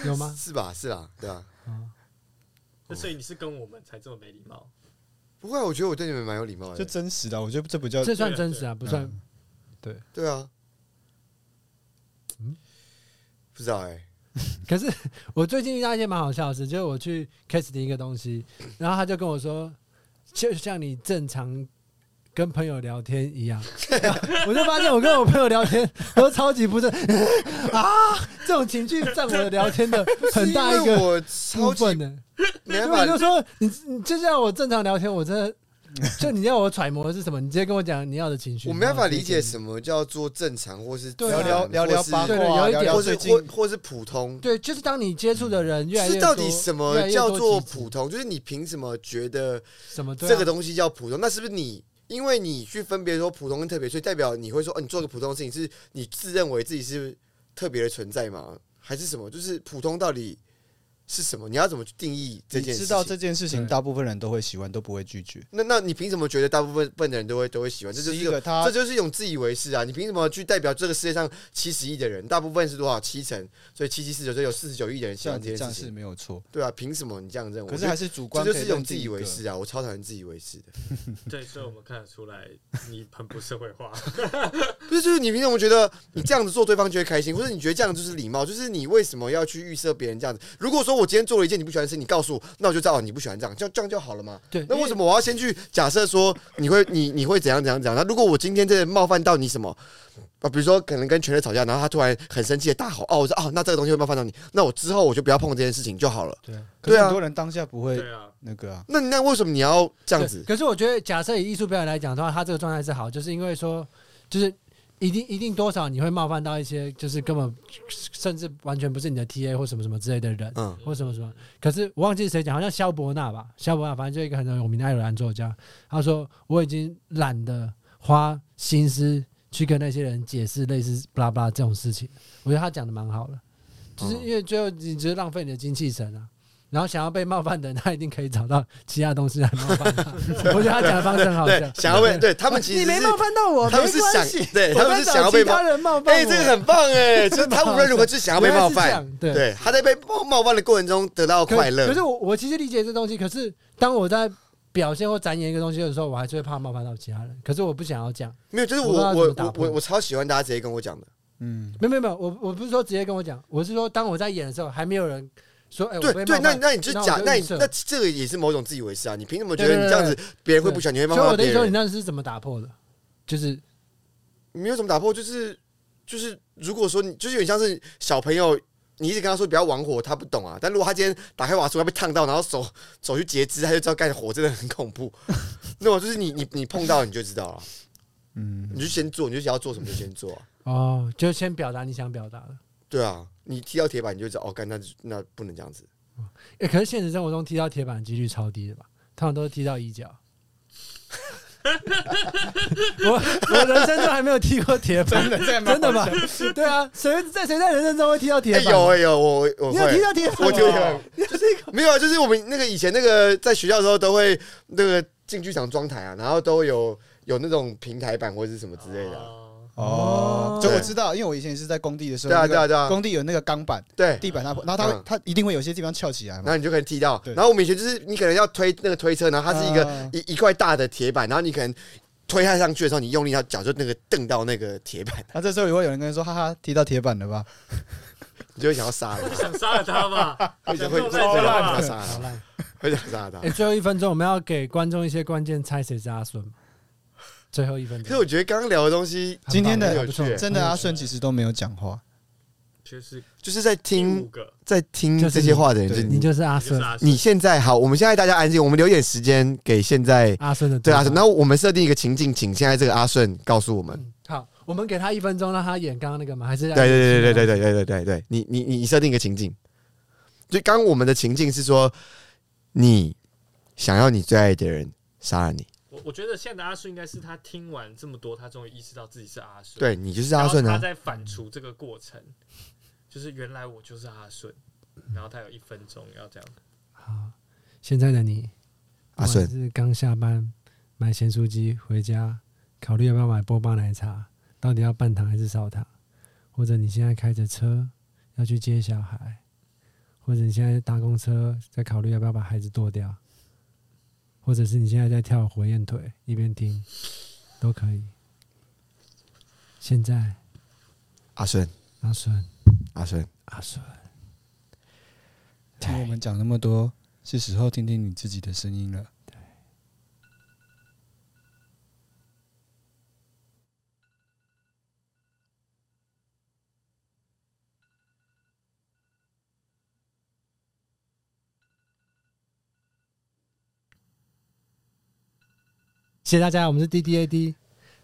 [SPEAKER 1] <laughs> 有吗？哦
[SPEAKER 4] 是吧？是吧？对啊吧？
[SPEAKER 2] <laughs> 那所以你是跟我们才这么没礼貌。
[SPEAKER 4] 不会啊，我觉得我对你们蛮有礼貌
[SPEAKER 3] 就
[SPEAKER 4] 的。
[SPEAKER 3] 真实的啊，我觉得这不叫
[SPEAKER 1] 这算真实啊，不算。
[SPEAKER 4] 对啊，
[SPEAKER 1] 嗯
[SPEAKER 4] 不知道哎，
[SPEAKER 1] 可是我最近遇到一件蛮好笑的事，就是我去 casting 一个东西，然后他就跟我说，就像你正常跟朋友聊天一
[SPEAKER 4] <laughs>
[SPEAKER 1] 样，我就发现我跟我朋友聊天都超级不正 <laughs> 啊，这种情绪占我的聊天
[SPEAKER 4] <laughs>
[SPEAKER 1] 的很大一
[SPEAKER 4] 是因为
[SPEAKER 1] 个
[SPEAKER 4] 我
[SPEAKER 1] 部
[SPEAKER 4] 超级
[SPEAKER 1] 分呢。
[SPEAKER 4] 没办
[SPEAKER 1] 因为我
[SPEAKER 4] 法
[SPEAKER 1] 就说你你就像我正常聊天，我真的。就你要我揣摩的是什么？你直接跟我讲你要的情绪。
[SPEAKER 4] 我没办法理解
[SPEAKER 1] 么。
[SPEAKER 4] 什么叫做正常，或是
[SPEAKER 1] 对
[SPEAKER 3] 聊
[SPEAKER 1] 啊
[SPEAKER 3] 聊聊聊八
[SPEAKER 1] 对对
[SPEAKER 3] 卦
[SPEAKER 1] 有
[SPEAKER 3] 啊，
[SPEAKER 1] 一
[SPEAKER 3] 聊
[SPEAKER 1] 点
[SPEAKER 3] 聊
[SPEAKER 4] 或
[SPEAKER 3] 最
[SPEAKER 4] 是
[SPEAKER 3] 近
[SPEAKER 4] 或或是普通。
[SPEAKER 1] 对，就是当你接触的人越来越
[SPEAKER 4] 是
[SPEAKER 1] 多
[SPEAKER 4] 到底什
[SPEAKER 1] 越来
[SPEAKER 4] 么
[SPEAKER 1] 越
[SPEAKER 4] 叫
[SPEAKER 1] 多
[SPEAKER 4] 做
[SPEAKER 1] 集
[SPEAKER 4] 普通？就是你凭什么觉得
[SPEAKER 1] 什么对啊
[SPEAKER 4] 这个东西叫普通？那是不是你因为你去分别说普通跟特别，所以代表你会说，哦，你做个普通的事情，是你自认为自己是特别的存在吗？还是什么？就是普通到底是什么？你要怎么去定义这
[SPEAKER 3] 你
[SPEAKER 4] 件事
[SPEAKER 3] 知
[SPEAKER 4] 情？
[SPEAKER 3] 道这件事情，
[SPEAKER 1] 对
[SPEAKER 3] 大部分人都会喜欢，都不会拒绝。
[SPEAKER 4] 那那你凭什么觉得大部分笨的人都会都会喜欢？这就是
[SPEAKER 3] 一
[SPEAKER 4] 一种
[SPEAKER 3] 个啊他
[SPEAKER 4] 这就是一种自以为是啊！你凭什么去代表这个世界上七十亿的人？大部分是多少？七成，所以七七四九，就有四十九亿的人喜
[SPEAKER 3] 这
[SPEAKER 4] 欢
[SPEAKER 3] 样
[SPEAKER 4] 这
[SPEAKER 3] 子
[SPEAKER 4] 件
[SPEAKER 3] 这样
[SPEAKER 4] 事
[SPEAKER 3] 是
[SPEAKER 4] 情。
[SPEAKER 3] 没有错，
[SPEAKER 4] 对啊，凭什么你这样认为？
[SPEAKER 3] 可是还是主
[SPEAKER 4] 我
[SPEAKER 3] 观
[SPEAKER 4] 觉得
[SPEAKER 3] 可
[SPEAKER 4] 这就是
[SPEAKER 3] 认定一
[SPEAKER 4] 一
[SPEAKER 3] 个，
[SPEAKER 4] 种自以为是啊！我超讨厌自以为是的。
[SPEAKER 2] 对，所以我们看得出来你很不社会化。
[SPEAKER 4] 不是，就是你凭什么觉得你这样子做对方就会开心，或者你觉得这样就是礼貌？就是你为什么要去预设别人这样子？如果说我今天做了一件你不喜欢的事，你告诉我，那我就知道哦你不喜欢这样，这样这样就好了嘛。
[SPEAKER 1] 对，
[SPEAKER 4] 那
[SPEAKER 1] 因
[SPEAKER 4] 为什么我要先去假设说你会你你会怎样怎样怎样？那如果我今天真的冒犯到你什么啊，比如说可能跟全队吵架，然后他突然很生气的大吼哦，我说哦，那这个东西会冒犯到你，那我之后我就不要碰这件事情就好了。
[SPEAKER 1] 对啊
[SPEAKER 3] 可是
[SPEAKER 4] 对啊
[SPEAKER 3] 很多人当下不会
[SPEAKER 2] 对啊，
[SPEAKER 3] 那个啊，
[SPEAKER 4] 那那为什么你要这样
[SPEAKER 1] 对 <laughs>
[SPEAKER 4] 子？
[SPEAKER 1] 可是我觉得，假设以艺术表演来讲的话，他这个状态是好，就是因为说，就是一定一定多少你会冒犯到一些，就是根本甚至完全不是你的 TA 或什么什么之类的人，
[SPEAKER 4] 嗯，
[SPEAKER 1] 或什么什么。可是我忘记是谁讲，好像肖伯纳吧，肖伯纳，反正就一个很有名的爱尔兰作家，他说我已经懒得花心思去跟那些人解释类似巴拉巴拉这种事情。我觉得他讲的蛮好的，就是
[SPEAKER 4] 嗯
[SPEAKER 1] 因为最后你只是浪费你的精气神啊。然后想要被冒犯的人，他一定可以找到其他东西来冒犯
[SPEAKER 4] <laughs>
[SPEAKER 1] 他。我觉得他讲的方式很好笑
[SPEAKER 4] 对，。想要被对他
[SPEAKER 1] 他
[SPEAKER 4] 们其实
[SPEAKER 1] 你没
[SPEAKER 4] 是
[SPEAKER 1] 冒犯到我，
[SPEAKER 4] 他们是
[SPEAKER 1] 没关
[SPEAKER 4] 想
[SPEAKER 1] 系。
[SPEAKER 4] 对
[SPEAKER 1] 我
[SPEAKER 4] 他们
[SPEAKER 1] 在
[SPEAKER 4] 是
[SPEAKER 1] 找
[SPEAKER 4] 想要被
[SPEAKER 1] 其他
[SPEAKER 4] 冒，
[SPEAKER 1] 人冒犯我。
[SPEAKER 4] 哎，这个很棒哎，就是他无论如何就是想要被
[SPEAKER 1] 原来
[SPEAKER 4] 冒
[SPEAKER 1] 是这
[SPEAKER 4] 犯，
[SPEAKER 1] 样，对
[SPEAKER 4] 对，他在被冒冒犯的过程中得到
[SPEAKER 1] 可
[SPEAKER 4] 哦快乐。
[SPEAKER 1] 可是我我其实理解这东西，可是当我在表现或展演一个东西的时候，我还是会怕冒犯到其他人。可是我不想要这样，
[SPEAKER 4] 没有，就是
[SPEAKER 1] 我不知道
[SPEAKER 4] 我
[SPEAKER 1] 怎么
[SPEAKER 4] 我
[SPEAKER 1] 打
[SPEAKER 4] 我
[SPEAKER 1] 破
[SPEAKER 4] 我我超喜欢大家直接跟我讲的。
[SPEAKER 3] 嗯，
[SPEAKER 1] 没有没有没有，我我不是说直接跟我讲，我是说当我在演的时候，还没有人说哎、我
[SPEAKER 4] 对
[SPEAKER 1] 被
[SPEAKER 4] 对，
[SPEAKER 1] 冒
[SPEAKER 4] 那
[SPEAKER 1] 犯
[SPEAKER 4] 那你就假，那
[SPEAKER 1] 我
[SPEAKER 4] 你
[SPEAKER 1] 预设
[SPEAKER 4] 那这个也是某种自以为是啊！你凭什么觉
[SPEAKER 1] 对
[SPEAKER 4] 得
[SPEAKER 1] 对
[SPEAKER 4] 你这样子别人会不喜欢，你会冒
[SPEAKER 1] 所以我
[SPEAKER 4] 犯
[SPEAKER 1] 的意
[SPEAKER 4] 别
[SPEAKER 1] 思说，你
[SPEAKER 4] 人？
[SPEAKER 1] 那是怎么打破的？就是
[SPEAKER 4] 你没有什么打破，就是就是，如果说你就是有点像是小朋友，你一直跟他说不要玩火，他不懂啊。但如果他今天打开瓦斯炉，他被烫到，然后手手去截肢，他就知道干火真的很恐怖。 <laughs> 那我就是你你你碰到你就知道了，
[SPEAKER 3] 嗯，
[SPEAKER 4] 你就先做，你就想要做什么就先做啊。
[SPEAKER 1] 哦，就先表达你想表达的。
[SPEAKER 4] 对啊，你踢到铁板你就知道哦，干那那不能这样子。
[SPEAKER 1] 哎、可是现实生活中踢到铁板的几率超低的吧？通常都是踢到一
[SPEAKER 4] <laughs>
[SPEAKER 1] 脚。我我人生中还没有踢过铁板，
[SPEAKER 3] 的
[SPEAKER 1] <laughs>
[SPEAKER 3] 在
[SPEAKER 1] 真
[SPEAKER 4] <laughs>
[SPEAKER 1] 的吗？对啊，谁在谁在人生中会踢到铁
[SPEAKER 4] 哎
[SPEAKER 1] 板？
[SPEAKER 4] 有哎有，我我
[SPEAKER 1] 你有踢
[SPEAKER 4] 会。
[SPEAKER 1] 到铁板吗？
[SPEAKER 4] 我
[SPEAKER 3] 就
[SPEAKER 4] 就
[SPEAKER 3] 有
[SPEAKER 4] 有，没有啊，就是我们那个以前那个在学校的时候都会那个进剧场装台啊，然后都有有那种平台版或者是什么之类的啊、
[SPEAKER 2] 哦
[SPEAKER 3] 哦
[SPEAKER 1] 哦，
[SPEAKER 3] 这我知道，因为我以前是在工地的时候，
[SPEAKER 4] 对啊
[SPEAKER 3] 那个
[SPEAKER 4] 对啊对啊
[SPEAKER 3] 工地有那个钢板，
[SPEAKER 4] 对，
[SPEAKER 3] 地板它，然后它会
[SPEAKER 4] 嗯
[SPEAKER 3] 它一定会有些地方翘起来
[SPEAKER 4] 然
[SPEAKER 3] 嘛，
[SPEAKER 4] 后你就可能踢到。
[SPEAKER 3] 对
[SPEAKER 4] 然后我们以前就是你可能要推那个推车，然后它是一个、
[SPEAKER 3] 啊
[SPEAKER 4] 一一块大的铁板，然后你可能推它上去的时候，你用力，它脚就那个蹬到那个铁板， <laughs>
[SPEAKER 3] 那这时候也会有人跟你说，哈哈，踢到铁板了吧？
[SPEAKER 4] 你就会想要杀了
[SPEAKER 2] 你，想杀了他吧？
[SPEAKER 4] <laughs> 会
[SPEAKER 2] 想
[SPEAKER 4] 想会
[SPEAKER 2] 弄
[SPEAKER 4] 会
[SPEAKER 2] 死
[SPEAKER 4] 想
[SPEAKER 2] 他
[SPEAKER 4] 要
[SPEAKER 2] 吧？
[SPEAKER 4] 杀
[SPEAKER 1] 好
[SPEAKER 4] 了，
[SPEAKER 1] 烂。
[SPEAKER 4] 会想杀他
[SPEAKER 1] 哎、。最后一分钟，我们要给观众一些关键猜谁是阿顺吗最后一分
[SPEAKER 4] 可是
[SPEAKER 1] 钟，
[SPEAKER 4] 我觉得刚刚聊的东西，
[SPEAKER 1] 很棒
[SPEAKER 3] 今天的啊
[SPEAKER 1] 很不错
[SPEAKER 4] 有趣对
[SPEAKER 3] 真的，阿顺其实都没有讲话，
[SPEAKER 2] 就是
[SPEAKER 4] 就是在
[SPEAKER 2] 第
[SPEAKER 4] 听
[SPEAKER 2] 五个，
[SPEAKER 4] 在听
[SPEAKER 1] 就是
[SPEAKER 4] 这些话的
[SPEAKER 3] 你
[SPEAKER 4] 人，就是
[SPEAKER 3] 对
[SPEAKER 1] 你
[SPEAKER 4] 你。
[SPEAKER 1] 就是阿
[SPEAKER 2] 就是
[SPEAKER 1] 顺，
[SPEAKER 2] 阿顺
[SPEAKER 4] 你现在好，我们现在大家安静，我们留点时间给现在
[SPEAKER 1] 阿顺的
[SPEAKER 4] 对阿
[SPEAKER 1] 方
[SPEAKER 4] 顺。那我们设定一个情境，请现在这个阿顺告诉我们。
[SPEAKER 1] 嗯好，我们给他一分钟，让他演刚刚那个嘛，还是
[SPEAKER 4] 对对对对对对对对对对，你你你设定一个情境，就刚刚我们的情境是说，你想要你最爱的人杀了你，
[SPEAKER 2] 我我觉得现在的阿顺应该是他听完这么多，他终于意识到自己是阿顺，，
[SPEAKER 4] 对你就是阿顺
[SPEAKER 2] 他
[SPEAKER 4] 啊。
[SPEAKER 2] 在反刍这个过程，就是原来我就是阿顺，然后他有一分钟要这样。
[SPEAKER 1] 好，现在的你，
[SPEAKER 4] 阿顺
[SPEAKER 1] 不管是刚下班买咸酥鸡回家，考虑要不要买波霸奶茶，到底要半糖还是少糖？或者你现在开着车要去接小孩，或者你现在搭公车在考虑要不要把孩子剁掉，或者是你现在在跳火焰腿，一边听都可以。现在
[SPEAKER 4] 阿顺
[SPEAKER 1] 阿顺，
[SPEAKER 4] 阿顺，
[SPEAKER 1] 阿顺，
[SPEAKER 3] 听我们讲那么多，是时候听听你自己的声音了。
[SPEAKER 1] 谢谢大家，我们是 D D A D。